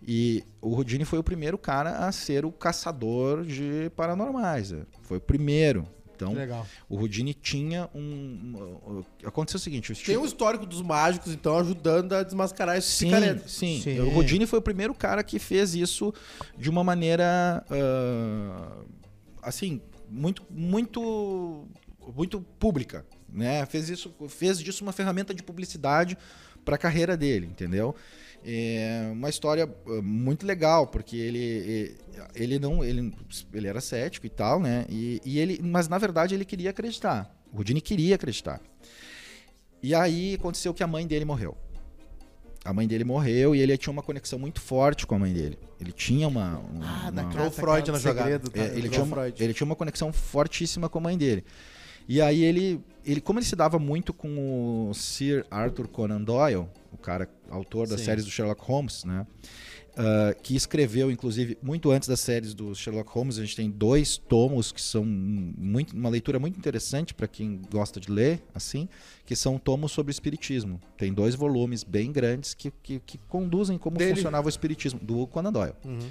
E o Rodini foi o primeiro cara a ser o caçador de paranormais. né? Foi o primeiro. Então,
Que legal.
o Rodini tinha um. um- Aconteceu o seguinte: o
Tem um o histórico dos mágicos, então, ajudando a desmascarar esses
Sim,
picaretas.
sim.
Sim.
O Rodini foi o primeiro cara que fez isso de uma maneira ah, assim muito muito muito pública, né? Fez isso, fez disso uma ferramenta de publicidade para a carreira dele, entendeu? É uma história ah, muito legal porque ele eh, ele não ele, ele era cético e tal, né? E, e ele mas na verdade ele queria acreditar. O Rodini queria acreditar. E aí aconteceu que a mãe dele morreu. A mãe dele morreu e ele tinha uma conexão muito forte com a mãe dele. Ele tinha uma. um-
Ah,
uma-
Entrou o Freud na jogada.
tá?
é, ele, tinha uma, ele tinha uma conexão fortíssima com a mãe dele. E aí ele, ele, como ele se dava muito com o Sir Arthur Conan Doyle, o cara autor das
Sim.
séries do Sherlock Holmes, né? Ah, que escreveu, inclusive, muito antes das séries do Sherlock Holmes. A gente tem dois tomos que são muito, uma leitura muito interessante para quem gosta de ler, assim, que são tomos sobre o espiritismo. Tem dois volumes bem grandes que, que, que conduzem como
Dele?
funcionava o espiritismo do Conan Doyle.
Uhum.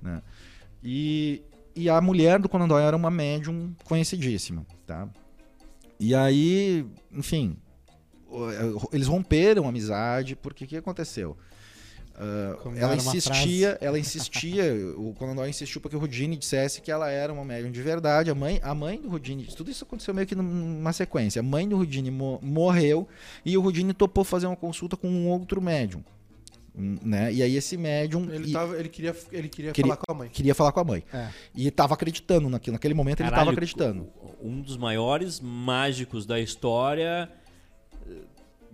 né? E, e a mulher do Conan Doyle era uma médium conhecidíssima, tá? E aí, enfim, o- eh, eles romperam a amizade, porque o que aconteceu? Ah,
Combinaram
ela
uma
insistia, ela insistia, o Conan Doyle insistiu para que o Houdini dissesse que ela era uma médium de verdade. A mãe, a mãe do Houdini, tudo isso aconteceu meio que numa sequência. A mãe do Houdini mo- morreu e o Houdini topou fazer uma consulta com um outro médium, hum, né? E aí esse médium
Ele,
e-
tá-
tava, ele, queria, ele queria,
Queria-
falar com a mãe.
queria falar com a mãe.
É.
E tava acreditando naquilo. Naquele momento ele
Caralho,
tava acreditando.
Um dos maiores mágicos da história eh,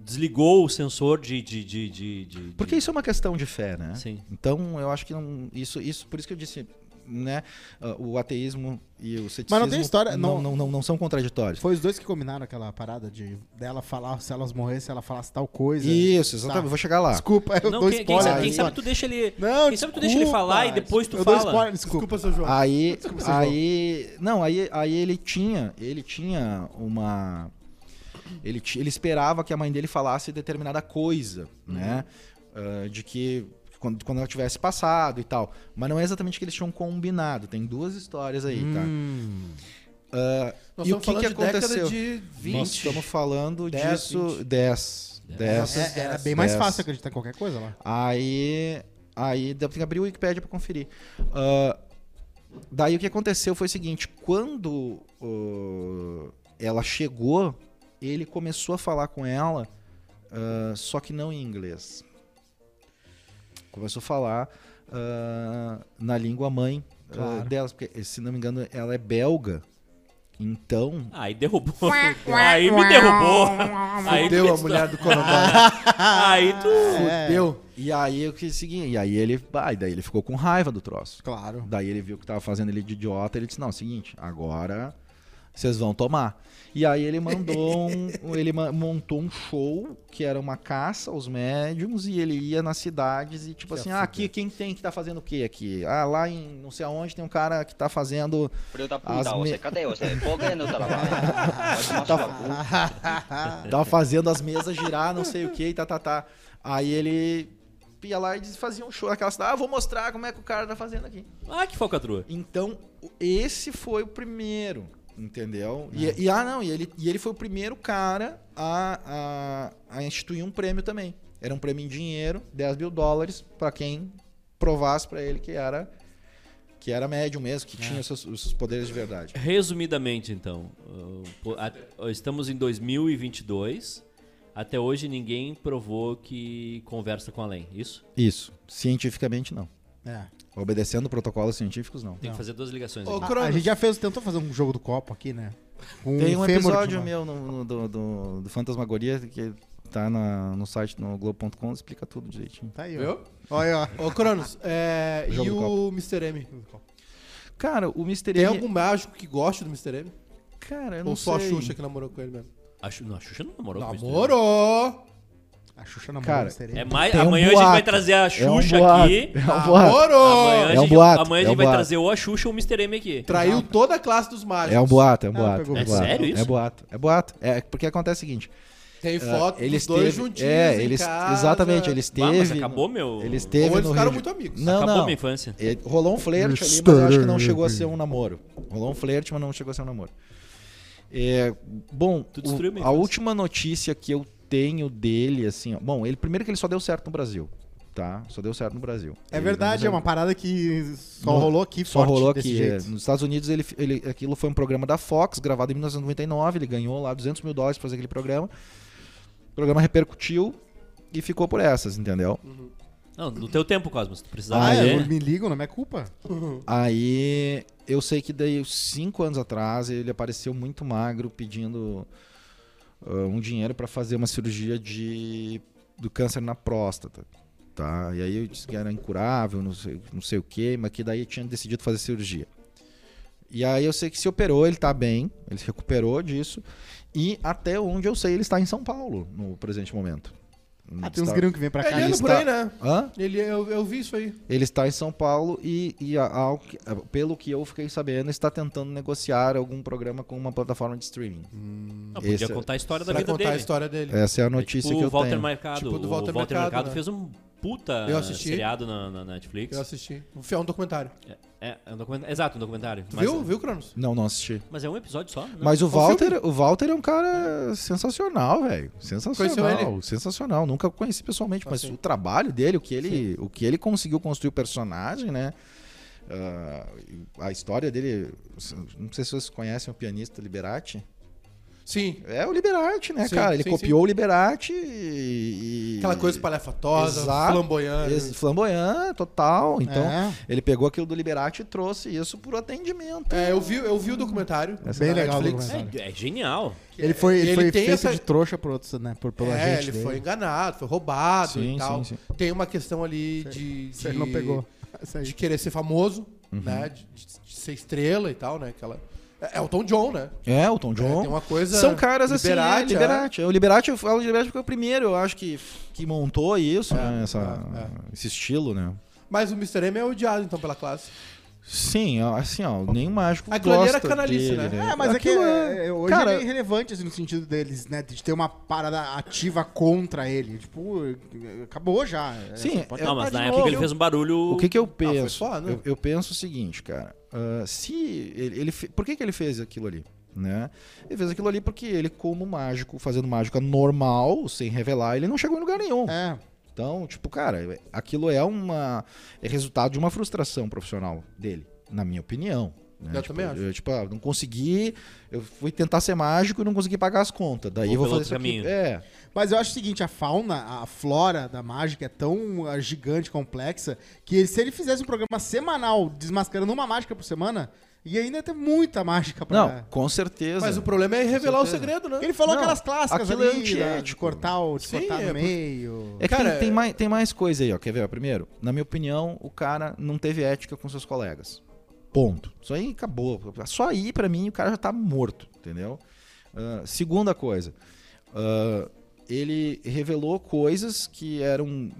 desligou o sensor de. de, de, de, de- de-
Porque isso é uma questão de fé, né?
Sim.
Então eu acho que não. Isso, isso por isso que eu disse, né? ah, O ateísmo e o ceticismo.
Mas não tem história,
Não,
não-
não, não- não são contraditórios.
Foi os dois que combinaram aquela parada de dela falar, se elas morressem, ela falasse tal coisa.
Isso, exatamente.
Tá.
Vou chegar lá.
Desculpa, eu
Não,
dou
quem, quem
spoiler. né?
sabe, quem
aí.
sabe tu deixa ele.
Não,
quem sabe tu deixa ele
desculpa.
falar e depois tu
eu
fala.
Dou spoiler, desculpa.
Desculpa, seu João.
Aí,
seu
aí, não, aí, aí ele tinha, ele tinha uma, ele, ti- ele esperava que a mãe dele falasse determinada coisa,
Uhum.
né, Ah, de que quando, quando ela tivesse passado e tal, mas não é exatamente o que eles tinham combinado. Tem duas histórias aí, tá?
Hum,
Nós
e o
estamos
que que
falando de década
aconteceu?
de
Nós
20.
estamos falando
10,
disso
20.
10, 10.
É, era bem mais
Dez.
fácil acreditar em qualquer coisa lá.
Aí. Aí dá- tem que abrir o Wikipedia pra conferir. Ah, daí o que aconteceu foi o seguinte: quando ah, ela chegou, ele começou a falar com ela, ah, só que não em inglês. Começou a falar ah, na língua mãe ah,
Claro.
delas, porque se não me engano ela é belga. Então,
Aí derrubou. Aí me derrubou. Aí tu-
Fudeu a mulher do Conan Doyle.
Aí tu.
Fudeu.
e aí o que seguinte, e aí ele, ah, e daí ele ficou com raiva do troço.
Claro.
Daí ele viu que tava fazendo ele de idiota, ele disse: "Não, é seguinte, agora vocês vão tomar". E aí ele mandou um, ele ma- montou um show que era uma caça aos médiums e ele ia nas cidades e tipo assim: "Ah, aqui quem tem que tá fazendo o quê aqui? Ah, lá em não sei aonde tem um cara que tá fazendo
Filho da
As
puta,
me-
você, cadê você? Pobre no trabalho. Vai tomar sua cu.
tá fazendo as mesas girar, não sei o que, e tá, tá, tá. Aí ele ia lá e fazia um show naquela cidade: "Ah, vou mostrar como é que o cara tá fazendo aqui".
Ah, que falcatrua.
Então, o- esse foi o primeiro, entendeu? E, e- ah, não, e ele, e ele foi o primeiro cara a, a, a instituir um prêmio também. Era um prêmio em dinheiro, 10 mil dólares, pra quem provasse pra ele que era que era médium mesmo, que tinha os seus, os seus poderes de verdade.
Resumidamente, então, uh, po- a- estamos em 2022. Até hoje ninguém provou que conversa com além. Isso?
Isso. Cientificamente, não.
É.
Obedecendo protocolos científicos, não.
Tem que fazer duas ligações.
Ô,
aqui.
A, a
Cronos.
gente já fez, tentou fazer um jogo do copo aqui, né? Com
Tem um
fêmur de
episódio
uma-
meu no, no- do, do, do Fantasmagoria que tá na- no site no Globo.com, explica tudo direitinho.
Tá aí, ó.
Viu?
Olha, ó.
Ô, Cronos, é,
Jogo
e o
do
Mr. M?
Cara, o Mr.
Tem
M-
algum mágico que goste do Mr. M?
Cara, eu não
Ou só
sei.
a Xuxa que namorou com ele mesmo?
A, Xu- não, a Xuxa não namorou com isso.
É
Namorou!
um
A Xuxa namorou
Cara,
o Mr. M.
É mais,
Tem um
amanhã a gente vai
boato.
trazer a
É um
Xuxa
boato,
aqui.
Ah,
É um boato.
Namorou!
Amanhã,
É um
a gente,
boato,
amanhã a
é
gente
um
vai
boato.
trazer ou a Xuxa ou o Mr. M aqui.
Traiu toda a classe dos mágicos.
É um boato, é um
Ah,
boato.
pegou
É
o
boato.
sério
É
isso?
boato, é boato. É porque acontece o seguinte.
Tem
ah,
É, foto
eles
dos dois
teve-
juntinhos
É,
em
eles.
casa.
Exatamente, eles
Ah, mas
teve.
acabou meu.
Eles
Ou
teve
eles
no
ficaram
Rio de-
muito amigos.
Não,
acabou
não.
minha infância.
É, Rolou um flerte ali, mas eu acho que não chegou a ser um namoro. Rolou um flerte, mas não chegou a ser um namoro. É, bom,
Tu
o-
destruiu minha
a
infância.
última notícia que eu tenho dele, assim, ó, bom, ele primeiro que ele só deu certo no Brasil, tá? Só deu certo no Brasil.
É
Ele-
verdade,
não-
é uma parada que só
No-
rolou aqui,
Só
forte
rolou
desse
aqui. é.
jeito.
Nos Estados Unidos, ele, ele- aquilo foi um programa da Fox, gravado em 1999. Ele ganhou lá 200 mil dólares pra fazer aquele programa. O programa repercutiu e ficou por essas, entendeu?
Não, no teu tempo, Cosmos. Tu precisava
Ah, é,
fazer.
não me ligam, não é minha culpa.
Aí eu sei que daí, cinco anos atrás, ele apareceu muito magro pedindo ah, um dinheiro pra fazer uma cirurgia de do câncer na próstata. Tá? E aí eu disse que era incurável, não sei, não sei o quê, mas que daí tinha decidido fazer cirurgia. E aí eu sei que se operou, ele tá bem, ele se recuperou disso. E até onde eu sei, ele está em São Paulo no presente momento.
Ah, tem uns
Está-
gringos que vêm pra cá.
Ele anda por
está-
aí, né?
Hã?
Ele, eu, eu vi isso aí.
Ele está em São Paulo e, e a- ao que- pelo que eu fiquei sabendo, está tentando negociar algum programa com uma plataforma de streaming.
Uhum.
Não, podia
Esse-
contar a história da
Pra
vida
contar
dele.
a história dele.
Essa é a notícia
tipo,
que
o
eu
Walter
tenho.
Mercado.
Tipo, do
o
Walter
Walter Mercado,
Mercado, né?
fez um puta
Eu assisti.
seriado na, na Netflix.
Eu assisti. É um documentário.
É, é um document- Exato, um documentário.
Tu
Mas,
é.
viu? Viu, Cronos?
Não, não assisti.
mas é um episódio só, né?
Mas o
filme.
Walter, o Walter é um cara sensacional, velho. Sensacional,
Conheceu Assim.
sensacional. Nunca o conheci pessoalmente, mas
sim.
o trabalho dele, o que ele, o que ele conseguiu construir o personagem, né? Ah, a história dele, não sei se vocês conhecem o pianista Liberati.
Sim.
É o Liberati, né,
Sim,
cara? Ele
sim,
copiou o Liberati e, e-
Aquela coisa palhafatosa,
Exato.
flamboyante.
Esse flamboyant, total. Então,
É.
ele pegou aquilo do Liberati e trouxe isso por atendimento.
É, eu vi, eu vi o documentário.
Bem
da
legal o
Netflix.
documentário.
É, é genial.
Ele foi, ele
Ele
foi
tem
feito
essa-
de trouxa por outros, né? Por, pela
É,
gente
ele
dele.
foi enganado, foi roubado
Sim,
e tal.
sim,
Tem uma questão ali de, de.
Você não pegou. Isso aí.
De querer ser famoso,
Uhum.
né? De, de- de ser estrela e tal, né? Aquela... É, é o Tom John, né?
É, o Tom
É,
John.
tem uma coisa.
São caras assim, é,
Liberati, é.
Liberati. O Liberati, eu falo de Liberati porque é o primeiro, eu acho, que, que montou isso, né? Essa,
é,
Esse estilo, né?
Mas o Mr. M é odiado, então, pela classe.
Sim, ó, assim, ó, nenhum mágico
Aquilo ali era
gosta
canalice,
dele,
né?
É, mas
Aquilo
é que é, é, hoje
cara-
ele é irrelevante assim, no sentido deles, né? De ter uma parada ativa contra ele. Tipo, acabou já.
Sim,
pode-
é-
não, mas
de
na época ele
novo.
fez um barulho.
O que que eu
Ah, foi né?
penso?
foda.
eu, eu penso o seguinte, cara. ah, se ele, ele fe- por que que ele fez aquilo ali? Né? Ele fez aquilo ali porque ele, como mágico, fazendo mágica normal, sem revelar, ele não chegou em lugar nenhum.
É.
Então, tipo, cara, aquilo é uma é resultado de uma frustração profissional dele, na minha opinião. né?
Eu
tipo,
também acho.
Eu, tipo, ah, não consegui, eu fui tentar ser mágico e não consegui pagar as contas. Daí
Vou
eu vou
pelo
fazer isso
outro
aqui.
caminho.
É,
Mas eu acho o seguinte, a fauna, a flora da mágica é tão ah, gigante, complexa, que ele- se ele fizesse um programa semanal desmascarando uma mágica por semana, ia ainda ter muita mágica pra...
não, com certeza.
Mas o problema é revelar o segredo, né?
Ele falou
Não,
aquelas clássicas
aquilo é
ali, da- de
antiético.
cortar, o- de
Sim,
cortar no
é por-
meio...
É que
Cara,
tem, tem mais, tem mais coisa aí, ó. Quer ver? ó? Primeiro, na minha opinião, o cara não teve ética com seus colegas. Ponto. Isso aí acabou. Só aí, pra mim, o cara já tá morto, entendeu? Ah, segunda coisa, ah, ele revelou coisas que eram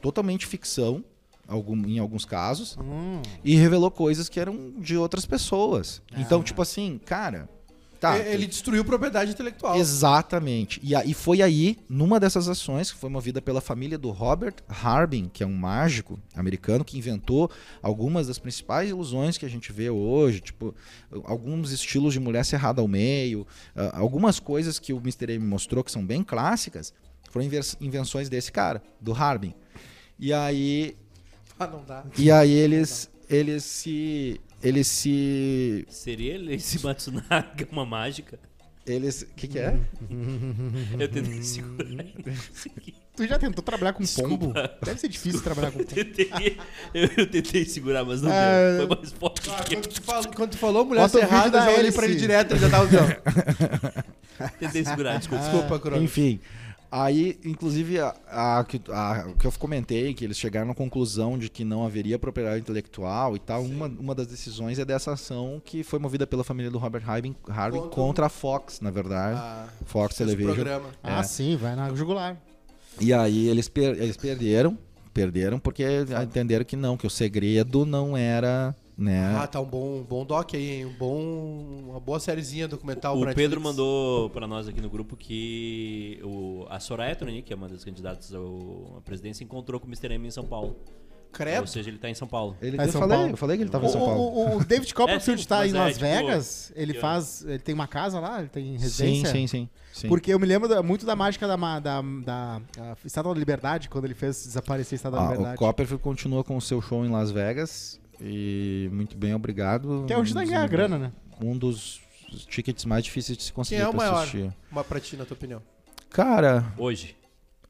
totalmente ficção, algum- em alguns casos,
Hum.
e revelou coisas que eram de outras pessoas. Então, tipo assim, cara. Tá,
Ah. E- É, ele destruiu propriedade intelectual.
Exatamente. E aí foi aí, numa dessas ações, que foi movida pela família do Robert Harbin, que é um mágico americano que inventou algumas das principais ilusões que a gente vê hoje, tipo, alguns estilos de mulher serrada ao meio, ah, algumas coisas que o Mr. M mostrou que são bem clássicas, foram inver- invenções desse cara, do Harbin. E aí,
Ah, não dá.
e aí eles, eles se... Eles se.
Seria ele esse Matsunaga uma mágica?
Eles. O que, que é?
Eu tentei segurar. isso aqui.
Tu já tentou trabalhar com pombo? Deve ser difícil trabalhar com pombo.
Tentei- eu, eu tentei segurar, mas não
É.
deu. Foi mais forte do que eu.
Quando tu, falou, quando tu falou mulher
Bota o vídeo
cerrada,
da
eu olhei
hélice. É,
pra ele direto, ele já tava usando.
Tentei segurar, desculpa.
Desculpa, Cronos.
Enfim. Aí, inclusive, a, a que- a- o que eu comentei, que eles chegaram à conclusão de que não haveria propriedade intelectual e tal, uma, uma das decisões é dessa ação que foi movida pela família do Robert Harbin, Harbin
Contra-
contra a Fox, na verdade.
Ah,
Fox
esse
Television.
programa.
Ah, sim, vai na jugular.
E aí eles, per- eles perderam, perderam porque entenderam que não, que o segredo não era,
é.
né?
Ah, tá um bom, um bom doc aí, hein? Um bom, uma boa sériezinha documental.
O
pra
Pedro
Netflix.
mandou pra nós aqui no grupo que o, a Soraya Tronic, que é uma das candidatas ao- à presidência, encontrou com o Mr. M em São Paulo. Ou
Credo.
seja, ele tá em São Paulo.
Ele,
Tá em
eu,
São
falei,
Paulo?
eu falei que ele estava
O,
em São Paulo.
o- o David Copperfield
É, sim,
tá em
mas é,
Las
tipo,
Vegas, ele faz. Ele tem uma casa lá, ele tem residência.
Sim, sim, sim. sim.
Porque eu me lembro da- muito da mágica da, ma- da, da, da Estátua da Liberdade, quando ele fez desaparecer a Estátua
Ah,
da
o
Liberdade.
Copperfield continua com o seu show em Las Vegas. E muito bem, obrigado.
Que é onde
Um
tá
dos-
ganhar a grana, né?
Um dos tickets mais difíceis de se conseguir
Quem é o
pra
maior?
assistir.
Uma pra ti, na tua opinião.
Cara,
Hoje.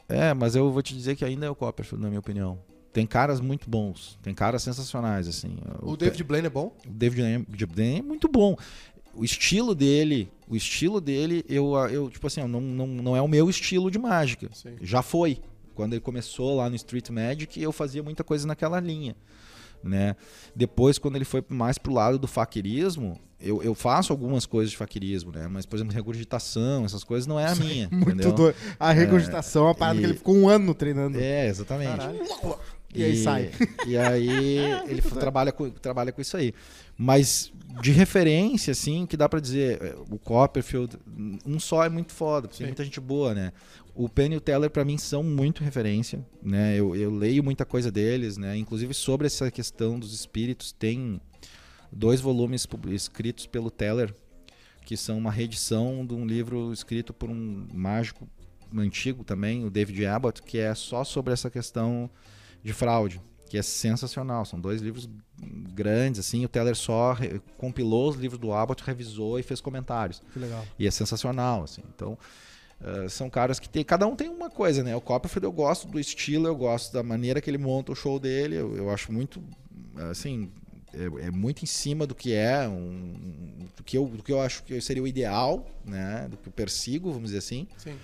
é, mas eu vou te dizer que ainda é o Copperfield, na minha opinião. Tem caras muito bons, tem caras sensacionais, assim.
O David Blaine é bom?
O David Blaine- David Blaine é muito bom. O estilo dele, o estilo dele, eu, eu tipo assim, ó, não, não, não é o meu estilo de mágica.
Sim.
Já foi. Quando ele começou lá no Street Magic, eu fazia muita coisa naquela linha. Né? Depois, quando ele foi mais pro lado do faquirismo, eu, eu faço algumas coisas de faquirismo, né? Mas, por exemplo, regurgitação, essas coisas não é a minha.
Muito
entendeu?
doido. A regurgitação é uma parada
e-
que ele ficou um ano treinando.
É, exatamente.
E aí sai. É
E aí ele fa- trabalha com, trabalha com isso aí. Mas de referência, assim, que dá pra dizer, é, o Copperfield, um só é muito foda, porque tem muita gente boa, né? O Penn e o Teller, pra mim, são muito referência, né? Eu, eu leio muita coisa deles, né? Inclusive sobre essa questão dos espíritos, tem dois volumes pub- escritos pelo Teller, que são uma reedição de um livro escrito por um mágico antigo também, o David Abbott, que é só sobre essa questão de fraude, que é sensacional. São dois livros grandes, assim. O Teller só re- compilou os livros do Abbott, revisou e fez comentários.
Que legal.
E é sensacional, assim. Então, eh, são caras que tem. Cada um tem uma coisa, né? O Copperfield eu gosto do estilo, eu gosto da maneira que ele monta o show dele. Eu, eu acho muito. Assim. É, é muito em cima do que é, um- um- do, que eu, do que eu acho que seria o ideal, né? Do que eu persigo, vamos dizer assim.
Sim.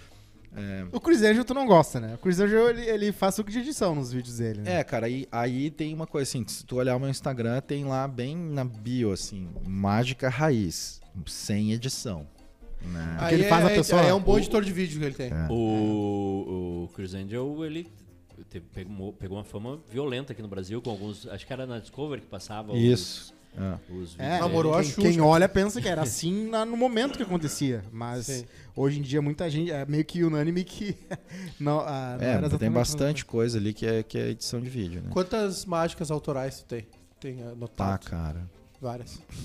O Chris Angel tu não gosta, né? O Chris Angel, ele, ele faz suco de edição nos vídeos dele, né?
É, cara, aí, aí tem uma coisa assim, se tu olhar o meu Instagram, tem lá bem na bio, assim, mágica raiz, sem edição. Né?
ele faz a
é,
pessoa- É.
É um bom editor de vídeo que ele tem.
O, o Chris Angel, ele te- pegou, pegou uma fama violenta aqui no Brasil com alguns. Acho que era na Discovery que passava os-
Isso. é.
os, vídeos
É,
dele.
namorou a
quem,
Xuxa.
quem olha pensa que era assim na- no momento que acontecia. Mas
Sim.
hoje em dia muita gente é meio que unânime que não, ah, não
É,
era
mas tem
exatamente-
bastante coisa ali que é, que é edição de vídeo, né?
Quantas mágicas autorais tu tem? Tem
Tá,
anotado?
cara.
Várias.
Não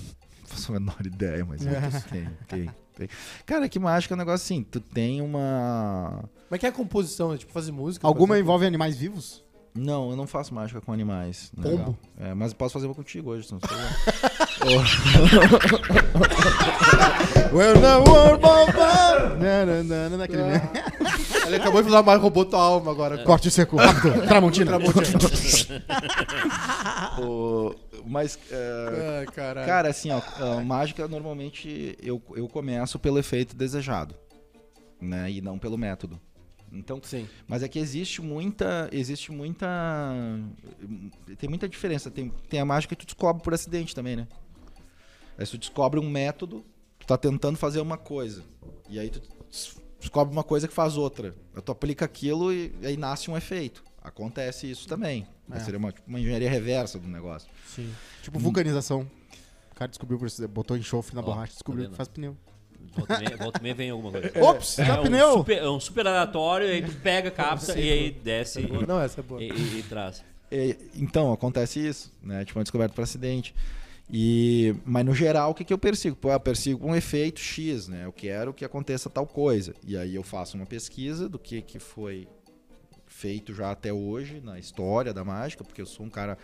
faço a menor ideia, mas muitos tem, tem, tem. Cara, que mágica é um negócio assim, tu tem uma...
Como é que é a composição? né? Tipo, fazer música?
Alguma
fazer...
envolve animais vivos?
Não, eu não faço mágica com animais. né?
Pombo?
É, mas posso fazer uma contigo hoje, se não sei lá.
Well, não, oh, oh, oh. Na, na, na, na,
Ah.
naquele mesmo.
Ele acabou de falar, mas roubou tua alma agora.
Corte seco, rápido. Tramontina.
O- Mas... é,
Ai, caralho.
Cara, assim, ó, a mágica normalmente eu, eu começo pelo efeito desejado, né? E não pelo método. Então,
Sim.
mas é que existe muita, existe muita, tem muita diferença. Tem, tem a mágica que tu descobre por acidente também, né? Aí tu descobre um método, tu tá tentando fazer uma coisa, e aí tu des- descobre uma coisa que faz outra. Aí tu aplica aquilo e, aí nasce um efeito. Acontece isso também. Mas Seria uma, tipo, uma engenharia reversa do negócio.
Tipo vulcanização. O cara descobriu, por isso, botou enxofre na
Ó,
borracha, descobriu
tá
que
vendo?
faz pneu.
Volta e meia- volta e meia vem alguma coisa.
Ops, já
um
pneu.
Super, é um super aleatório, aí tu pega, capta e aí desce e,
Não, essa é boa.
e- e- e traz.
É, então, acontece isso, né? Tipo, uma descoberta por acidente. E, mas no geral, o que, que eu persigo? Pô, eu persigo um efeito X, né? Eu quero que aconteça tal coisa. E aí eu faço uma pesquisa do que, que foi feito já até hoje na história da mágica, porque eu sou um cara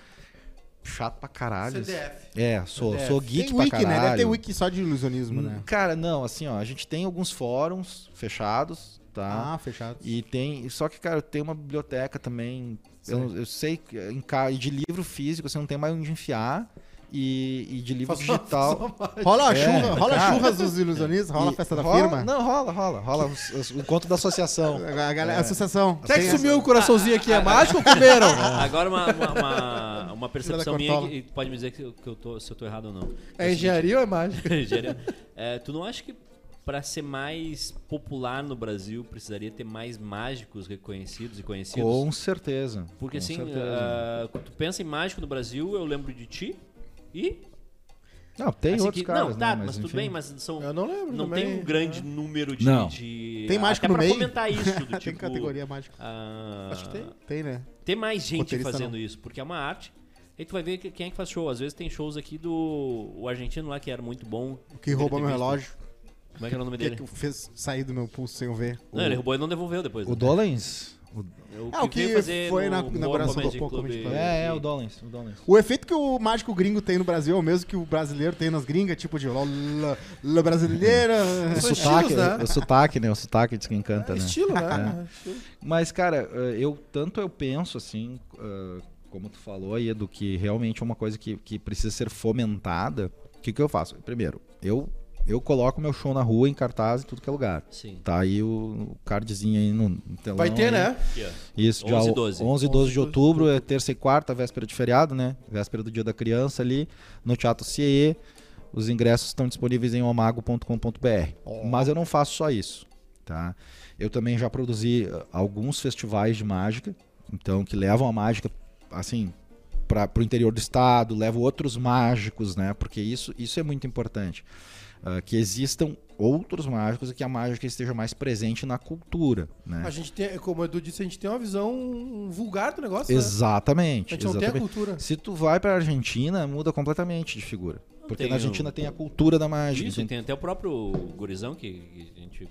chato pra caralho.
CDF.
É, sou,
CDF.
sou geek
Tem
pra
wiki, né?
caralho. Hum.
Deve ter wiki só de ilusionismo, né?
Cara, não, assim, ó, a gente tem alguns fóruns fechados, tá?
Ah, fechado.
E tem. Só que, cara, tem uma biblioteca também. Eu, não- eu sei que em ca- de livro físico você não tem mais onde enfiar. E, e de livro digital.
Rola, a
É,
churra, rola
cara.
churras dos ilusionistas, rola a
E
festa da
rola-
firma.
Não, rola, rola. Rola os- os- o encontro da associação.
A, galera, a associação.
Até que
Tem
sumiu o coraçãozinho aqui, é mágico ou comeram?
Agora uma, uma, uma- uma percepção
da
minha
cartola.
e pode me dizer que eu, que eu tô, se eu tô errado ou não.
É engenharia ou é mágica?
Gera- É, tu não acha que pra ser mais popular no Brasil precisaria ter mais mágicos reconhecidos e conhecidos?
Com certeza.
Porque
com
assim,
certeza.
ah, quando tu pensa em mágico no Brasil, eu lembro de ti e.
não, tem
assim,
outros
que-
caras.
não,
né,
tá, mas, tudo
enfim.
bem, mas são.
Eu não lembro
Não
também. É.
tem um grande número de.
Não.
de-
é. Tem mágico
até
no
pra
meio?
comentar isso, do
Tem
tipo.
categoria mágica.
ah,
Acho que tem.
Tem, né?
Tem mais gente
Roteirista
fazendo
não.
isso, porque é uma arte. E tu vai ver que- quem é que faz show. Às vezes tem shows aqui do. O argentino lá que era muito bom.
O que roubou
né?
meu relógio.
Como é que era o nome
O que,
dele?
que fez sair do meu pulso sem eu ver?
Não, ele roubou e não devolveu depois.
O
né?
Dolens? O-
O
Ah, o que
veio fazer
foi
no
na
Humor
inauguração do
Comedy
Humor
Club
Comedy
e-
Club.
É, é, o Dolens. O Dolens.
O efeito que o mágico gringo tem no Brasil é o mesmo que o brasileiro tem nas gringas, tipo de lola, la brasileira.
O
São
sotaque,
estilos, né?
o sotaque, né? O sotaque diz que encanta,
É
né?
estilo, né? Estilo.
Mas, cara, eh, eu tanto eu penso assim, eh, como tu falou aí, do que realmente é uma coisa que, que precisa ser fomentada. O que, que eu faço? Primeiro, eu Eu coloco meu show na rua, em cartaz, em tudo que é lugar.
Sim.
Tá aí o o cardzinho aí no no telão.
Vai ter,
aí.
né?
Aqui, ó. 11
Isso,
e
dia
12.
11 e 12 de outubro, é terça e quarta, véspera de feriado, né? Véspera do Dia da Criança ali, no Teatro CIE. Os ingressos estão disponíveis em omago.com.br. Mas eu não faço só isso, tá? Eu também já produzi ah, alguns festivais de mágica, então que levam a mágica assim para o interior do estado, levam outros mágicos, né? Porque isso, isso é muito importante. ah, que existam outros mágicos e que a mágica esteja mais presente na cultura, né?
A gente tem, como o Edu disse, a gente tem uma visão um vulgar do negócio, né? A
Exatamente.
gente não tem a
exatamente.
cultura.
Se tu vai pra Argentina, muda completamente de figura. Porque
tem
na
o-
Argentina tem a cultura da mágica.
Isso, e
então-
tem até o próprio gurizão que, que a gente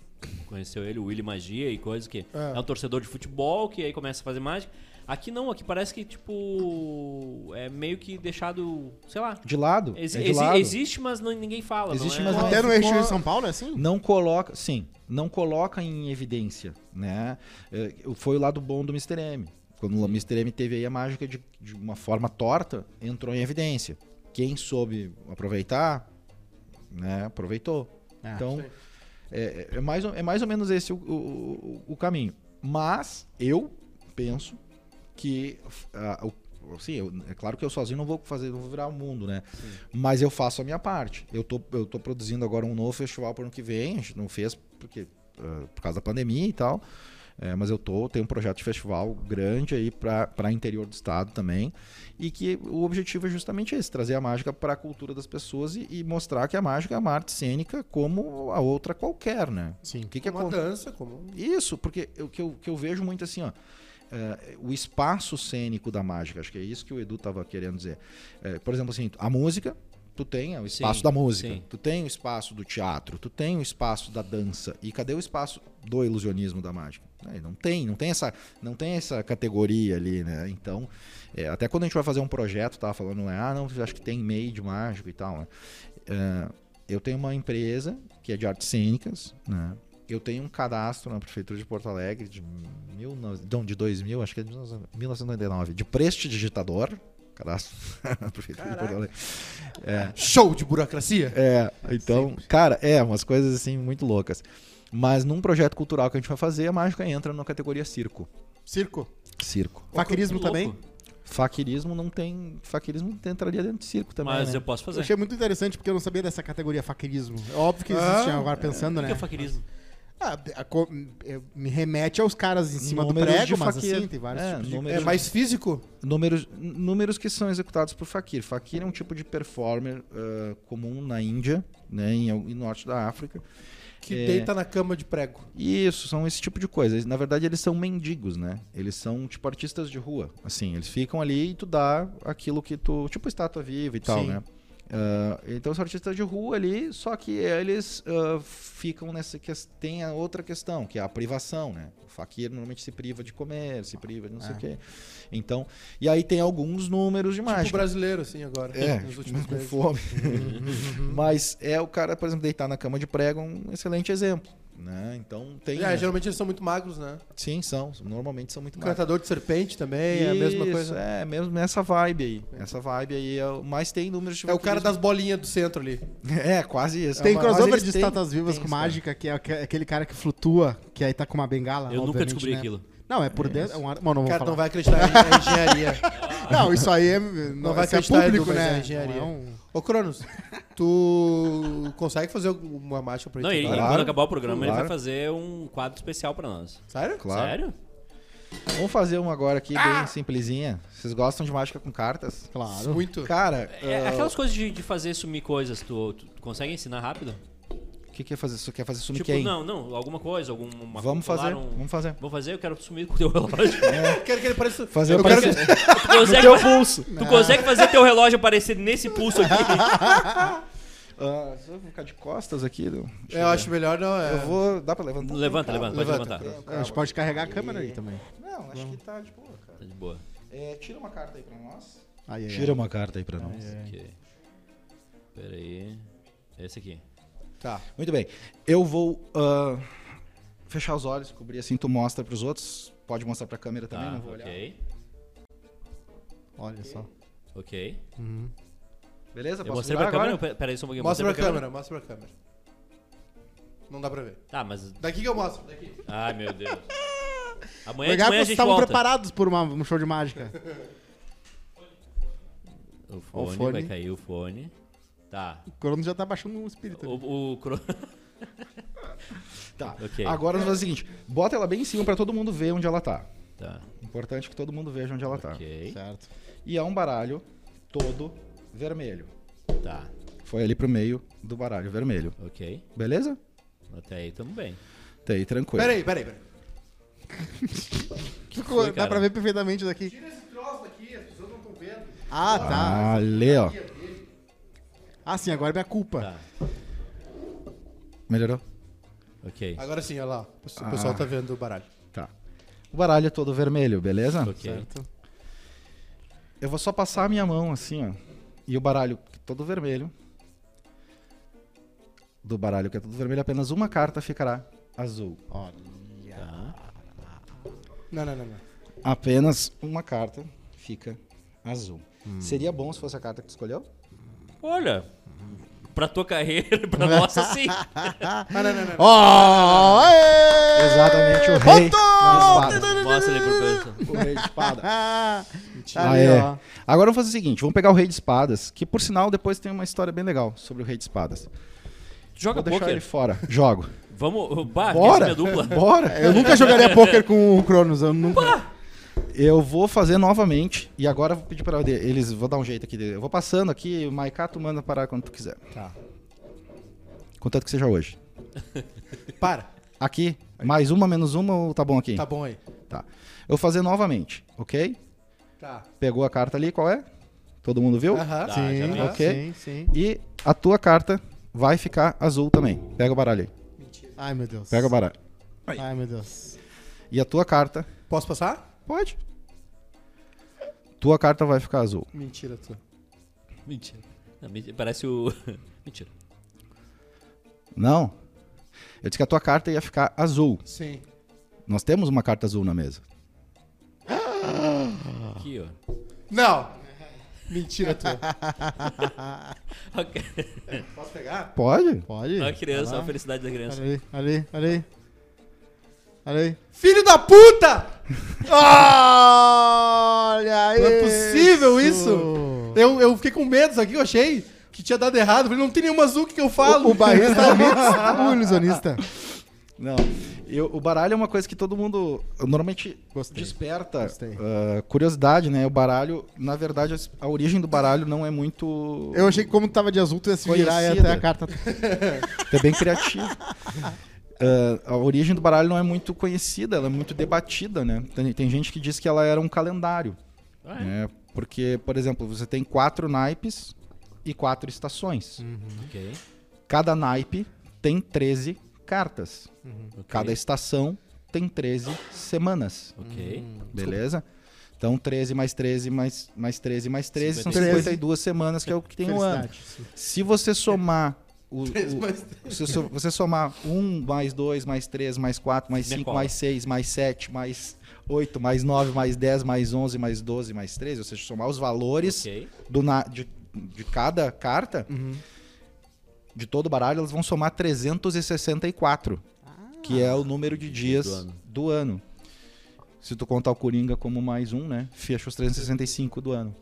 conheceu ele, o Willy Magia e coisa que
É.
é. um torcedor de futebol que aí começa a fazer mágica. Aqui não, aqui parece que tipo é meio que deixado, sei lá.
De lado.
Ex-
é de
exi-
lado.
existe, mas não, ninguém fala.
Existe,
não é?
mas não-
Até no eixo
Ficou-
de São Paulo é assim?
Não coloca, sim, não coloca em evidência, né? É, Foi o lado bom do Mr. M. Quando o Mr. M teve aí a mágica de, de uma forma torta, entrou em evidência. Quem soube aproveitar, né, aproveitou.
É,
então, é, é mais, ou- é mais ou menos esse o, o- o- o caminho. Mas, eu penso que... ah, o- assim, eu- é claro que eu sozinho não vou fazer, não vou virar o mundo, né? Mas eu faço a minha parte. Eu tô, eu tô produzindo agora um novo festival para ano que vem. A gente não fez porque, ah, por causa da pandemia e tal. É, mas eu tô, tenho um projeto de festival grande aí para interior do estado também. E que o objetivo é justamente esse: trazer a mágica para a cultura das pessoas e, e mostrar que a mágica é uma arte cênica como a outra qualquer, né?
Sim.
O que, que
Como uma
acontece?
dança, como... um
Isso, porque o que eu, que eu vejo muito assim, ó. é, o espaço cênico da mágica, acho que é isso que o Edu estava querendo dizer. É, por exemplo, assim, a música, tu tem é, o espaço
Sim,
da música,
sim.
tu tem o espaço do teatro, tu tem o espaço da dança. E cadê o espaço do ilusionismo da mágica? Né, Não tem, não tem essa, não tem essa categoria ali, né? Então, é, até quando a gente vai fazer um projeto, tava falando, né, ah, não, acho que tem meio de mágico e tal, né? É, eu tenho uma empresa que é de artes cênicas, né? Eu tenho um cadastro na prefeitura de Porto Alegre de, mil, no- não, de 2000, acho que é de 1999, de prestidigitador. Cadastro na prefeitura de Porto Alegre.
Show de burocracia!
É, então, cara, é, umas coisas assim muito loucas. Mas num projeto cultural que a gente vai fazer, a mágica entra na categoria circo.
Circo.
Circo.
Faquirismo
Que louco.
também.
Faquirismo não tem. Faquirismo entraria dentro de circo também.
Mas
né?
eu posso
Eu
fazer.
achei muito interessante porque eu não sabia dessa categoria faquirismo. É óbvio que
Ah,
existe agora pensando,
O que
né?
é faquirismo?
Ah, a co- eh, me remete aos caras em cima
Números
do prego,
de
mas
faqueiro.
assim, tem vários
É,
tipos de...
números-
É mais físico?
números, n- números que são executados por faquir. Faquir é um tipo de performer ah, comum na Índia, né, em, al- em norte da África.
Que
É.
deita na cama de prego. Tipo
E isso, são esse tipo de coisa. Eles- Na verdade, eles são mendigos, né? Eles são tipo artistas de rua. Assim, eles ficam ali e tu dá aquilo que tu. Tipo estátua viva e tal,
Sim.
né? Ah, então são artistas de rua ali, só que eles ah, ficam nessa questão. Tem a outra questão, que é a privação, né? O faquir normalmente se priva de comer, se priva de não sei o quê. Então, e aí tem alguns números de mágica.
É. Tipo brasileiro, assim, agora.
É,
nos
tipo,
últimos Uhum.
com
meses.
fome. Mas é o cara, por exemplo, deitar na cama de prego é um excelente exemplo. Né? Então tem.
É, geralmente eles são muito magros, né?
Sim, são. Normalmente são muito magros.
Cantador de serpente também, é a mesma
Isso,
coisa.
É, mesmo essa vibe aí. Essa vibe aí. É... o- Mas tem números de
É o cara
vaqueiros-
das bolinhas do centro ali.
É, quase isso.
Tem
Mas
crossover
eles
de
têm-
estátuas vivas
tem
com
isso, né? cara.
mágica, que é aque- aquele cara que flutua, que aí tá com uma bengala.
Eu nunca
obviamente,
descobri
né?
aquilo.
Não, é por dentro. É um ar... Bom, não vou
O cara não
falar.
vai acreditar na engenharia.
Não, isso aí é. Não vai
vai
ser
acreditar, Edu,
público,
mas é
né?
engenharia.
Não é um-
Ô, Cronos, tu consegue fazer uma mágica pra
Não,
gente?
ele,
Claro,
quando acabar o programa, ele vai
claro.
fazer um quadro especial pra nós.
Sério?
Claro.
Sério?
Vamos fazer uma agora aqui,
Ah.
bem simplesinha. Vocês gostam de mágica com cartas?
Claro.
Muito.
Cara,
É,
ah,
aquelas coisas de, de fazer sumir coisas, tu, tu- tu consegue ensinar rápido?
o que, que é fazer? Você quer fazer sumir
tipo,
quem?
não, não, alguma coisa, alguma
Vamos fazer,
colar um-
vamos fazer.
Vou fazer, eu quero sumir com o teu relógio.
Eu quero que ele pareça.
Fazer um
eu quero
aparecer-
que-
Tu consegue, teu pulso. Tu consegue fazer teu relógio aparecer nesse pulso aqui?
Ah, se eu vou ficar de costas aqui. não. Deixa
É, eu
ver.
acho melhor não. É...
Eu vou. Dá pra levantar?
Levanta,
Calma.
levanta, pode
Levanta.
levantar.
A gente pode carregar a câmera aí também.
Não, acho que tá de boa, cara.
Tá de boa.
É, tira uma carta aí pra nós.
Aí, aí,
Tira uma carta aí pra nós.
Ok. Pera aí. É Esse aqui.
Tá.
Muito bem. Eu vou ah, fechar os olhos, cobrir assim, tu mostra pros outros. Pode mostrar pra câmera também, né,
Tá,
não vou olhar.
ok.
Olha só.
Ok.
Beleza?
Eu mostrei pra câmera? Pera aí só um pouquinho.
Mostra pra
mostrei
câmera, mostra pra câmera. Não dá pra ver.
Tá, mas.
Daqui que eu mostro. Daqui.
Ai, meu Deus. Amanhã de
Legal que
manhã a
vocês
gente
estavam
volta.
preparados por uma- um show de mágica.
O fone,
fone.
vai cair o fone. Tá.
O Crono já tá baixando o espírito.
O, o Cro-
Tá.
Ok.
Agora nós vamos fazer o seguinte: bota ela bem em cima pra todo mundo ver onde ela tá.
Tá.
Importante que todo mundo veja onde ela tá.
Ok.
Certo.
E é um baralho todo vermelho.
Tá.
Foi ali pro meio do baralho vermelho.
Ok.
Beleza?
Até aí tamo bem.
Tá aí, tranquilo.
Peraí, peraí, peraí.
foi,
Dá
cara?
pra ver perfeitamente daqui.
Tira esse troço daqui, as pessoas não estão vendo.
Ah, tá.
Ah, ali, ó.
Ah, sim, agora é minha culpa.
Tá.
Melhorou?
Ok.
Agora sim, olha lá. O pessoal
Ah.
tá vendo o baralho.
Tá. O baralho é todo vermelho, beleza?
Ok.
Eu vou só passar a minha mão assim, ó. E o baralho que é todo vermelho. Do baralho que é todo vermelho, apenas uma carta ficará azul.
Não, não, não. não.
Apenas uma carta fica azul.
Hum.
Seria bom se fosse a carta que tu escolheu?
Olha. Pra tua carreira, pra nossa, sim.
Ah, não, não, não. não.
Ó, aê!
Exatamente, o rei
Ponto!
de espada.
Mostra ali pro pessoal.
O rei de espada.
Ah, tá
Ah,
ali,
é.
ó.
Agora vamos fazer o seguinte, vamos pegar o Rei de Espadas, que por sinal depois tem uma história bem legal sobre o Rei de Espadas.
Joga
Vou deixar
poker.
ele fora. Jogo.
Vamos. Bah,
Bora!
Bora. é dupla.
Bora!
Eu nunca jogaria pôquer com o Cronos, eu nunca.
Eu vou fazer novamente e agora eu vou pedir para eles, vou dar um jeito aqui. de- Eu vou passando aqui, o Maiká tu manda parar quando tu quiser.
Tá.
Contanto que seja hoje.
Para.
Aqui, mais uma, menos uma, ou tá bom aqui?
Tá bom aí.
Tá. Eu vou fazer novamente, ok?
Tá.
Pegou a carta ali, qual é? Todo mundo viu?
Aham.
Tá, já
Sim,
vi.
Ok.
sim, sim.
E a tua carta vai ficar azul também. Pega o baralho aí.
Ai, meu Deus.
Pega o baralho.
Ai, meu Deus.
E a tua carta
Posso passar?
Pode. Tua carta vai ficar azul.
Mentira, tu.
Mentira. Não, mentira. Parece o. Mentira.
Não. Eu disse que a tua carta ia ficar azul.
Sim.
Nós temos uma carta azul na mesa.
Aqui, ó.
Não. Mentira, tu.
é.
Ok.
Posso pegar?
Pode?
Pode?
Olha a criança, olha a felicidade da criança.
Olha aí, olha aí, olha aí. Olha aí.
Filho da puta!
Olha aí.
Não é possível isso! Eu, eu fiquei com medo disso aqui, eu achei que tinha dado errado. Falei, não tem nenhuma azul, o que, que eu falo?
O barrista é muito ilusionista.
Não. Eu- o baralho é uma coisa que todo mundo eu normalmente
Gostei.
desperta
Gostei.
ah, curiosidade, né? O baralho, na verdade, a- a origem do baralho não é muito.
Eu achei que como tava de azul, tu ia se virar e
Conhecida.
até a carta.
É bem criativo. Ah, a origem do baralho não é muito conhecida, ela é muito debatida, né? Tem, tem gente que diz que ela era um calendário.
Ah, é?
né? Porque, por exemplo, você tem quatro naipes e quatro estações.
Ok.
Cada naipe tem 13 cartas.
ok,
Cada estação tem 13 semanas.
Ok.
Hum. Beleza? Então, 13 mais 13 mais, mais 13 mais 13 são
53.
52 semanas, que é o que tem um ano.
Felicidade.
Se você somar. O, o-
Mas-
se você- você somar 1 mais 2 mais 3 mais 4 mais 5
Decola.
mais 6 mais 7 mais 8 mais 9 mais 10 mais 11 mais 12 mais 13, ou seja, somar os valores
Ok.
do na- de, de cada carta, de todo o baralho, elas vão somar 364, que é o número de dias do ano.
ano.
Se tu contar o Coringa como mais um, né? Fecha os 365 do ano.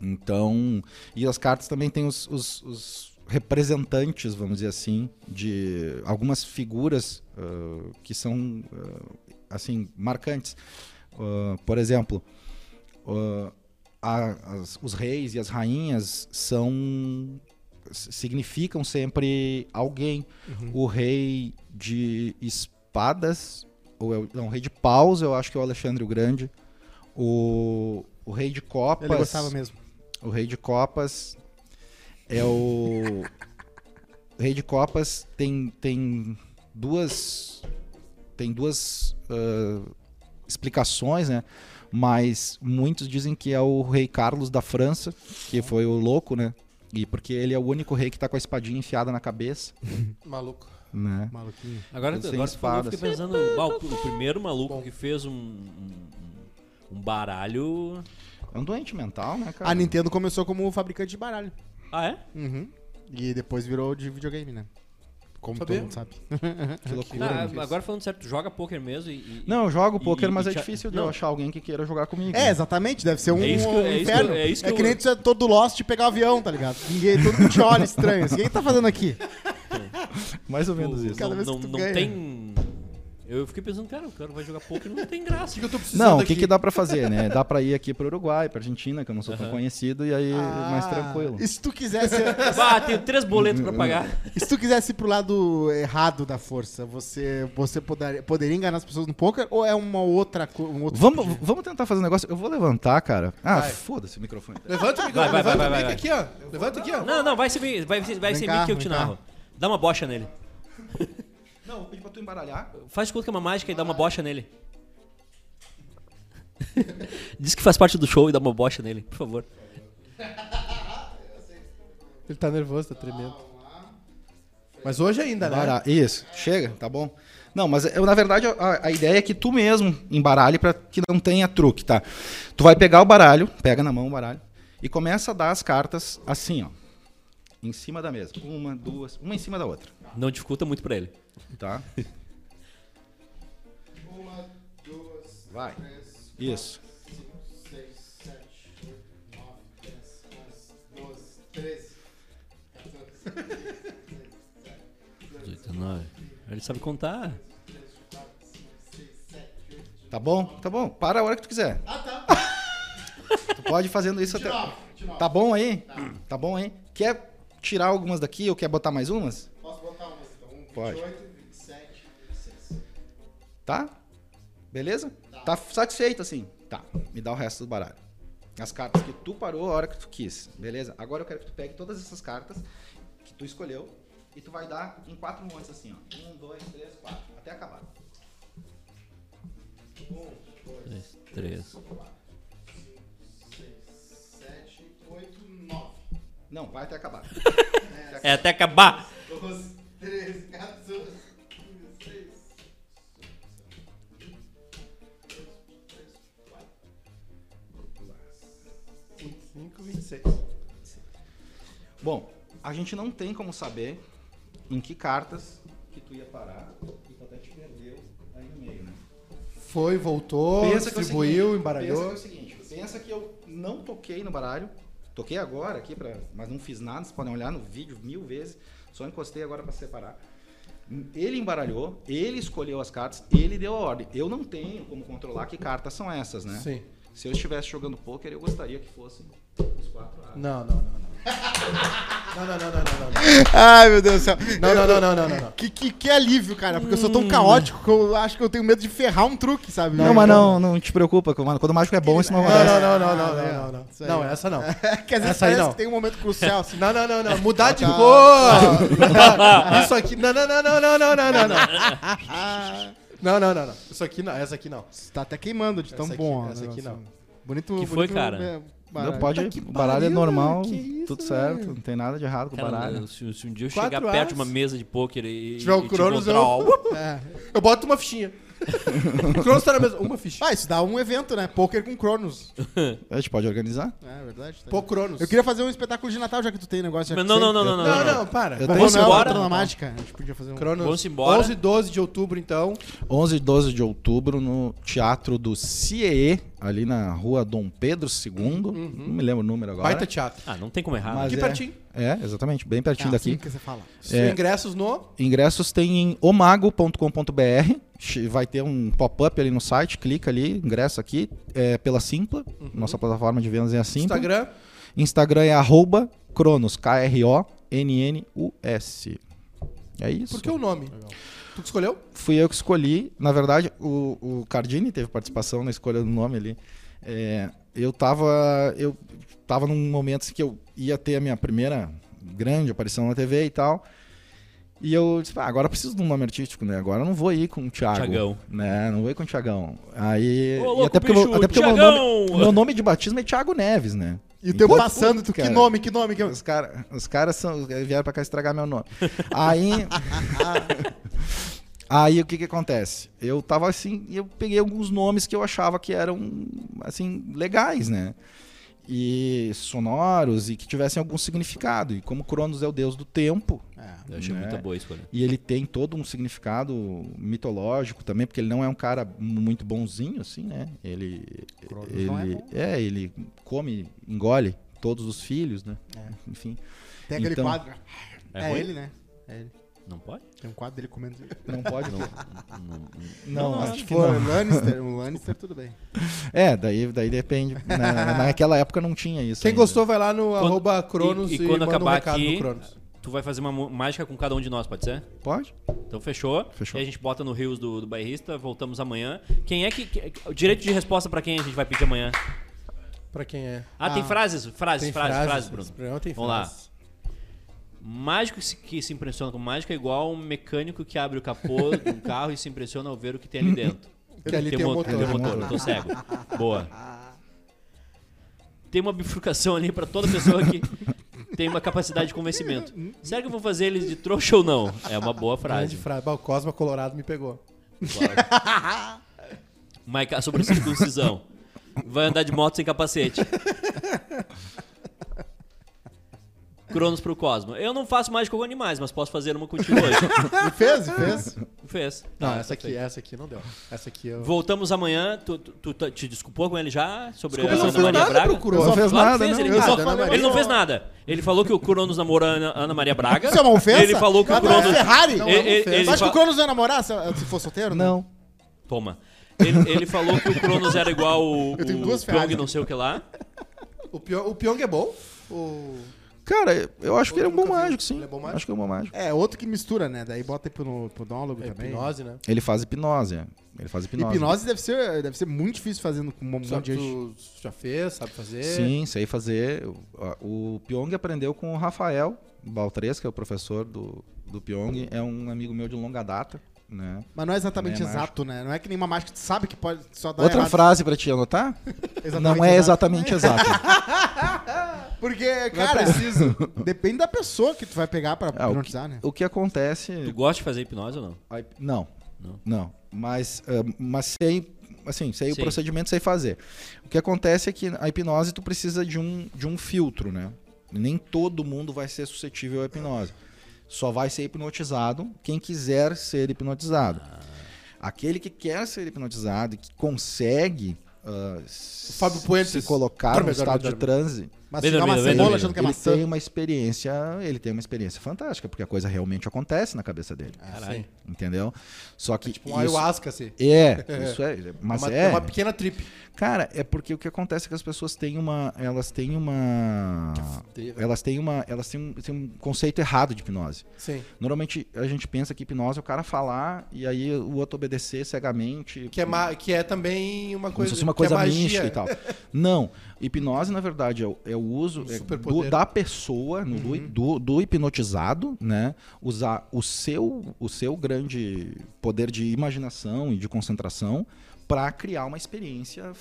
Então. E as cartas também têm os, os- os representantes, vamos dizer assim, de algumas figuras ah, que são, ah, assim, marcantes. Ah, por exemplo, ah, a- as- os reis e as rainhas são s- significam sempre alguém.
Uhum.
O rei de espadas, ou é o, não, o rei de paus, eu acho que é o Alexandre o Grande. O, o rei de copas,
Ele gostava mesmo.
o rei de copas é o, o rei de copas tem tem duas tem duas ah, explicações, né? Mas muitos dizem que é o rei Carlos da França, que foi o louco, né? E porque ele é o único rei que tá com a espadinha enfiada na cabeça,
Maluco.
né?
Maluquinho.
Agora,
Sem
agora tu falou, eu
espadas.
fiquei pensando, bah, o, o primeiro maluco que fez um, um, um baralho.
É um doente mental, né, cara?
A Nintendo começou como fabricante de baralho.
Ah, é?
Uhum. E depois virou de videogame, né? Como
Sabia?
todo mundo sabe.
Que loucura. né?
Ah,
isso.
agora falando certo, tu joga poker mesmo e. e-
Não, eu jogo
e-
poker,
e-
mas
e
é
te-
difícil de
Não,
eu achar alguém que queira jogar comigo. né?
É, exatamente, deve ser um,
É isso que eu- é isso que eu-
inferno.
é
É,
isso que eu-
que nem tu é todo lost e pegar o avião, tá ligado? Ninguém, todo mundo te olha estranho. Assim, Quem tá fazendo aqui?
Mais ou menos
tipo,
isso.
Cada
Não,
vez que
não,
tu
não
ganha.
tem. Eu fiquei pensando, cara, o cara vai jogar poker não tem
O
graça.
que, que eu tô precisando
Não, o que,
aqui?
que dá pra fazer, né? Dá pra ir aqui pro Uruguai, pra Argentina, que eu não sou tão
Aham.
conhecido, e aí é mais
Ah,
tranquilo.
E se tu quisesse,
Ah, tenho três boletos
Uhum.
pra pagar.
e se tu quisesse ir pro lado errado da força, você, você poderia, poderia enganar as pessoas no poker ou é uma outra coisa? Um outro
Vamos,
tipo de-
vamos tentar fazer um negócio. Eu vou levantar, cara. Ah,
Vai.
foda-se o microfone.
Levanta o
Vai,
microfone,
vai, vai,
levanta o
vai,
mic
vai.
aqui, ó. Levanta aqui, ó.
Não, não, vai ser, mi- vai, ser- vai
Vem
ser
cá,
mim que eu
vem
te
cá.
narro. Dá uma bocha nele.
Não, vou pedir pra tu embaralhar.
Faz de conta que é uma mágica e dá uma bocha nele. Diz que faz parte do show e dá uma bocha nele, por favor.
Ele tá nervoso, tá tremendo. Mas hoje ainda, né?
Isso, chega, tá bom. Não, mas eu, na verdade a, a ideia é que tu mesmo embaralhe pra que não tenha truque, tá? Tu vai pegar o baralho, pega na mão o baralho, e começa a dar as cartas assim, ó. Em cima da mesa. Uma, duas, uma em cima da outra,
Não dificulta muito pra ele.
tá? Vai. Isso.
6, 7, 8, 9, 10, 11, 12, 13.
18, 19. Ele sabe contar.
Tá bom? Tá bom. Para a hora que tu quiser. Ah, tá. tu pode ir fazendo isso até. Tá bom aí? Tá. bom aí? Quer tirar algumas daqui ou quer botar mais umas?
Posso botar umas então? Um,
Pode.
28, 27, 26.
Tá? Beleza? Tá. satisfeito assim? Tá. Me dá o resto do baralho. As cartas que tu parou a hora que tu quis. Beleza? Agora eu quero que tu pegue todas essas cartas que tu escolheu e tu vai dar em quatro montes assim, ó. Um, dois, três, quatro. Até acabar.
2, 3.
7, 8, 9,
Não, vai até acabar.
É até acabar.
12, 13, 14, 15, 16.
Bom, a gente não tem como saber em que cartas que tu ia parar e tu até te perdeu aí no meio, né?
Foi, voltou,
é o
distribuiu,
seguinte, Pensa que é
embaralhou.
o seguinte, pensa que eu não toquei no baralho, toquei agora aqui, pra, mas não fiz nada, vocês podem olhar no vídeo mil vezes, só encostei agora pra separar. Ele embaralhou, ele escolheu as cartas, ele deu a ordem. Eu não tenho como controlar que cartas são essas, né?
Sim.
Se eu estivesse jogando pôquer, eu gostaria que fossem os quatro A.
Não, não, não, não. Não, não, não, não, não, não.
Ai, meu Deus do céu.
Não, não, não, não, não, não, não.
Que, que, que alívio, cara, porque eu sou tão
Hum.
caótico que eu acho que eu tenho medo de ferrar um truque, sabe? Então,
não te preocupa, quando o mágico é bom, isso não
Não, não, não, não, não, não, não, não.
Isso aí.
Não, essa
É.
não.
Que às vezes
Essa aí
parece
não.
que tem um momento crucial, assim.
Não, não, não, não. Mudar de
Tá.
cor. Isso aqui. Não, não, não, não, não, não, não, não, não. Não, não, não, não. Isso aqui não, essa aqui não.
Isso tá até queimando de tão
Essa aqui-
bom. ó, um
essa
negócio. assim.
aqui não.
Bonito,
Que
bonito,
foi, cara?
é, baralho.
Não, pode,
Tá que
o baralho é
pariu, né?
normal,
que isso,
tudo
velho.
certo, não tem nada de errado com o
Cara,
baralho.
se, se um dia eu
Quatro
chegar perto de uma
as.
mesa de pôquer e,
Se tiver o
e te
Cronos, eu-
encontrar, ó,
Eu boto uma fichinha. O Cronos tá na mesa. Uma fichinha.
Ah, isso dá um evento, né? Poker com Cronos.
A gente pode organizar?
É verdade. tá
Pô,
aí.
Cronos.
Eu queria fazer um espetáculo de Natal, já que tu tem negócio.
Mas não, não, não, não, não,
Não,
não,
não, para.
Eu
Vamos
Vamos
embora.
embora.
na mágica. A gente podia fazer um...
Cronos.
Vamos embora.
11 e 12 de outubro, então.
11 e 12 de outubro no Teatro do CIEE, ali na rua Dom Pedro II,
Uhum.
não me lembro o número agora.
Baita teatro.
Ah, não tem como errar.
Mas
Aqui
é-
pertinho.
É, exatamente, bem pertinho
Ah,
Tá.
assim
daqui.
que você fala.
É.
Ingressos no.
Ingressos tem em omago.com.br, Che- vai ter um pop-up ali no site, clica ali, ingresso aqui, é pela Simpla,
Uhum.
nossa plataforma de vendas é a Simpla.
Instagram.
Instagram é arroba cronos, K-R-O-N-N-U-S. É isso.
Por que o nome? Tu que escolheu?
fui eu que escolhi. Na verdade, o, o Cardini teve participação na escolha do nome ali. É, eu tava. Eu tava num momento assim que eu ia ter a minha primeira grande aparição na TV e tal. E eu disse, "Ah, agora eu preciso de um nome artístico, né? Agora eu não vou ir com o Thiago.
Tiagão.
Né? Não vou ir com o Thiagão. Aí.
Ô,
e
louco,
até porque, eu-
bicho,
até porque o meu
Thiagão!
nome, meu nome de batismo é Thiago Neves, né?
E o tempo
Pô,
passando, tu, que
cara.
nome, que nome. Que...
Os caras os cara são- vieram pra cá estragar meu nome. Aí. aí o que que acontece? Eu tava assim, e eu peguei alguns nomes que eu achava que eram, assim, legais, né? e sonoros e que tivessem algum significado. E como Cronos é o deus do tempo,
Eu achei
né?
muito boa a escolha.
e ele tem todo um significado mitológico também, porque ele não é um cara muito bonzinho, assim, né? Ele.
Cronos
ele
não é bom.
é, ele come, engole todos os filhos, né?
É.
Enfim.
Tem aquele
Então-
quadro.
É
É,
ruim?
ele, né? É ele.
Não pode?
Tem um quadro dele comendo.
Não pode.
Não,
não,
não, não.
acho
Se
que
for
não.
Lannister, um Lannister, tudo bem.
É, daí, daí depende. Na, naquela época não tinha isso.
Quem
ainda.
gostou, vai lá no arroba Cronos e,
e- e quando
manda
acabar
um recado
aqui-
no Cronos.
Tu vai fazer uma mu- mágica com cada um de nós, pode ser?
Pode?
Então fechou.
Fechou.
E a gente bota no Rios do, do bairrista, voltamos amanhã. Quem é que. que- o direito de resposta pra quem a gente vai pedir amanhã?
Pra quem é.
Ah, tem frases, frases,
Tem
frases,
frases,
frases,
esse
Bruno.
programa tem
Vamos lá.
frases.
Mágico que se- que se impressiona com mágica é igual um mecânico que abre o capô de um carro e se impressiona ao ver o que tem ali dentro.
Que ali tem
um
o motor. né?
Tem um motor,
motor.
eu tô cego. Boa. Tem uma bifurcação ali pra toda pessoa que tem uma capacidade de convencimento. Será que eu vou fazer eles de trouxa ou não? É uma boa
Grande
frase.
frase. Bah, O Cosma Colorado me pegou.
Maica sobre a circuncisão. Vai andar de moto sem capacete. Cronos pro Cosmo. Eu não faço mágica com animais, mas posso fazer uma contigo hoje.
E fez, e fez.
Fez.
Não,
Ah,
essa aqui,
perfeito.
essa aqui não deu. Essa aqui eu.
Voltamos amanhã. Tu, tu- tu- tu te desculpou com ele já? Sobre
Desculpa,
a
eu não
Ana Maria
fiz nada
Braga?
pro Cronos.
Não fez
Claro que
nada,
fez,
não.
Ele,
Eu só
não-
falei,
ele não
mas-
fez nada. Ele falou que o Cronos namorou a Ana, Ana Maria Braga.
Isso é uma ofensa?
Ele falou que o
Mas pra
Cronos...
tá, Ferrari?
Não, é uma Ele- ofensa. ele
Você acha que
fa-
o Cronos vai namorar se, se for solteiro?
Não.
Toma. Ele, ele falou que o Cronos era igual o,
Eu tenho
o
duas
Pyong
Ferrari.
não sei o que lá.
O Pyong, o Pyong é bom? O...
Cara, eu acho que ele é um bom
Nunca vi.
mágico, sim.
Ele é bom mágico?
Acho que é um bom mágico.
É, outro que mistura, né? Daí bota hipno- hipnólogo
É
também.
hipnose, né?
Ele faz hipnose. é. Ele faz hipnose.
Hipnose, deve, ser, deve ser muito difícil fazendo com um monte
Sabe,
de gente.
tu já fez, sabe fazer.
Sim, sei fazer. O- a- O Pyong aprendeu com o Rafael Baltres, que é o professor do, do Pyong. É um amigo meu de longa data, né?
Mas não é exatamente
Não é
exato, né? Não é que nenhuma mágica tu sabe que pode só dar
Outra
Tá errado.
frase pra te anotar?
Exatamente
Não é
exato.
exatamente exato.
Porque, cara, depende da pessoa que tu vai pegar pra
Ah, o
hipnotizar, né?
O que acontece...
Tu gosta de fazer hipnose ou não?
Aí- Não,
Não?
não. Mas, ah, mas sei, assim, sei
Sim.
o procedimento, sei fazer. O que acontece é que a hipnose tu precisa de um, de um filtro, né? Nem todo mundo vai ser suscetível à hipnose. Só vai ser hipnotizado quem quiser ser hipnotizado.
Ah.
Aquele que quer ser hipnotizado e que consegue ah,
Fábio Puentes.
se colocar
Dorme,
no estado
dorme,
de transe,
Mas
Beleza,
se dá uma
beleza,
cebola
beleza.
achando que é
ele
maçã.
tem uma experiência, ele tem uma experiência fantástica, porque a coisa realmente acontece na cabeça dele,
Ah.
Caralho.
entendeu? Só que
Tipo um
isso-
ayahuasca, assim.
é, isso é. Mas
é, uma,
é.
é uma pequena trip.
Cara, é porque o que acontece é que as pessoas têm uma. Elas têm uma. Elas têm uma. Elas têm um, têm um conceito errado de hipnose.
Sim.
Normalmente a gente pensa que hipnose é o cara falar e aí o outro obedecer cegamente.
Que é, ma- que é também uma
Como
coisa.
se fosse uma
que é
coisa
magia.
mística e tal. Não. Hipnose, na verdade, é o, é o uso é,
superpoder. Uhum.
do- da pessoa, no- do- do, do hipnotizado, né? Usar o seu, o seu grande poder de imaginação e de concentração para criar uma experiência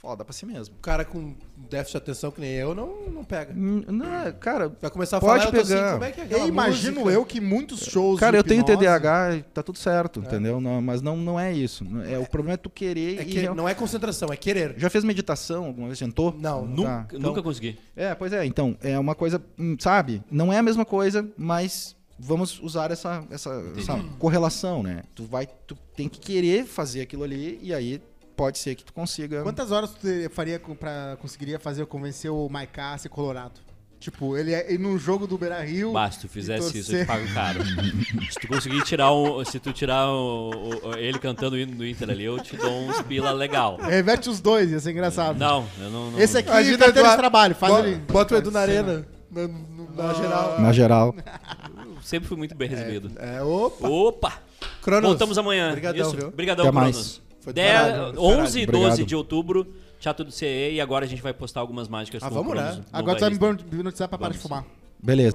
foda pra si mesmo.
O cara com déficit de atenção que nem eu não, não pega.
Hum, Não, cara,
Vai começar a
Pode
falar, eu tô assim,
pegar.
como é que é aquela
Eu imagino
música?
eu que muitos shows.
cara,
de
eu tenho
hipnose-
TDAH, e tá tudo certo, entendeu? Não, mas não, não é isso. É, o problema é tu querer
É
e
que
real-
não é concentração, é querer.
Já fez meditação alguma vez? Sentou?
Não,
Tá,
Nunca,
então-
nunca consegui.
É, pois é. Então, é uma coisa, hum, sabe? Não é a mesma coisa, mas vamos usar essa, essa, essa correlação, né? Tu vai, tu tem que querer fazer aquilo ali e aí pode ser que tu
Então,
consiga.
Quantas horas tu te- faria com- pra, conseguiria fazer eu convencer o Maiká a ser colorado? Tipo, ele é ele num jogo do Beira Rio.
Bah, se tu fizesse
E
isso, eu
torcer.
te pago caro. se tu conseguir tirar um. Se tu tirar o- o- ele cantando o hino do Inter ali, eu te dou uns pila legal.
Reverte os dois, ia ser engraçado.
Não, eu não. não-
Esse aqui
Imagina,
Imagina carteira
Eduardo,
de trabalho, faz
Bota-
ele.
Bota o Edu na arena. Na, na-
Ah.
na geral.
Na geral.
Sempre fui muito bem recebido.
É, opa.
Opa!
Cronos.
Voltamos amanhã.
Obrigadão,
Isso?
viu?
Obrigadão,
Até
Cronos.
mais. Foi do
Dez-
caralho, foi do
11 e 12
Obrigado.
de outubro, Teatro do CE, e agora a gente vai postar algumas mágicas
Ah,
com o
vamos, né?
Cronos no
Agora tu vai
Bairrista.
me hipnotizar pra parar de
Vamos.
fumar.
Beleza.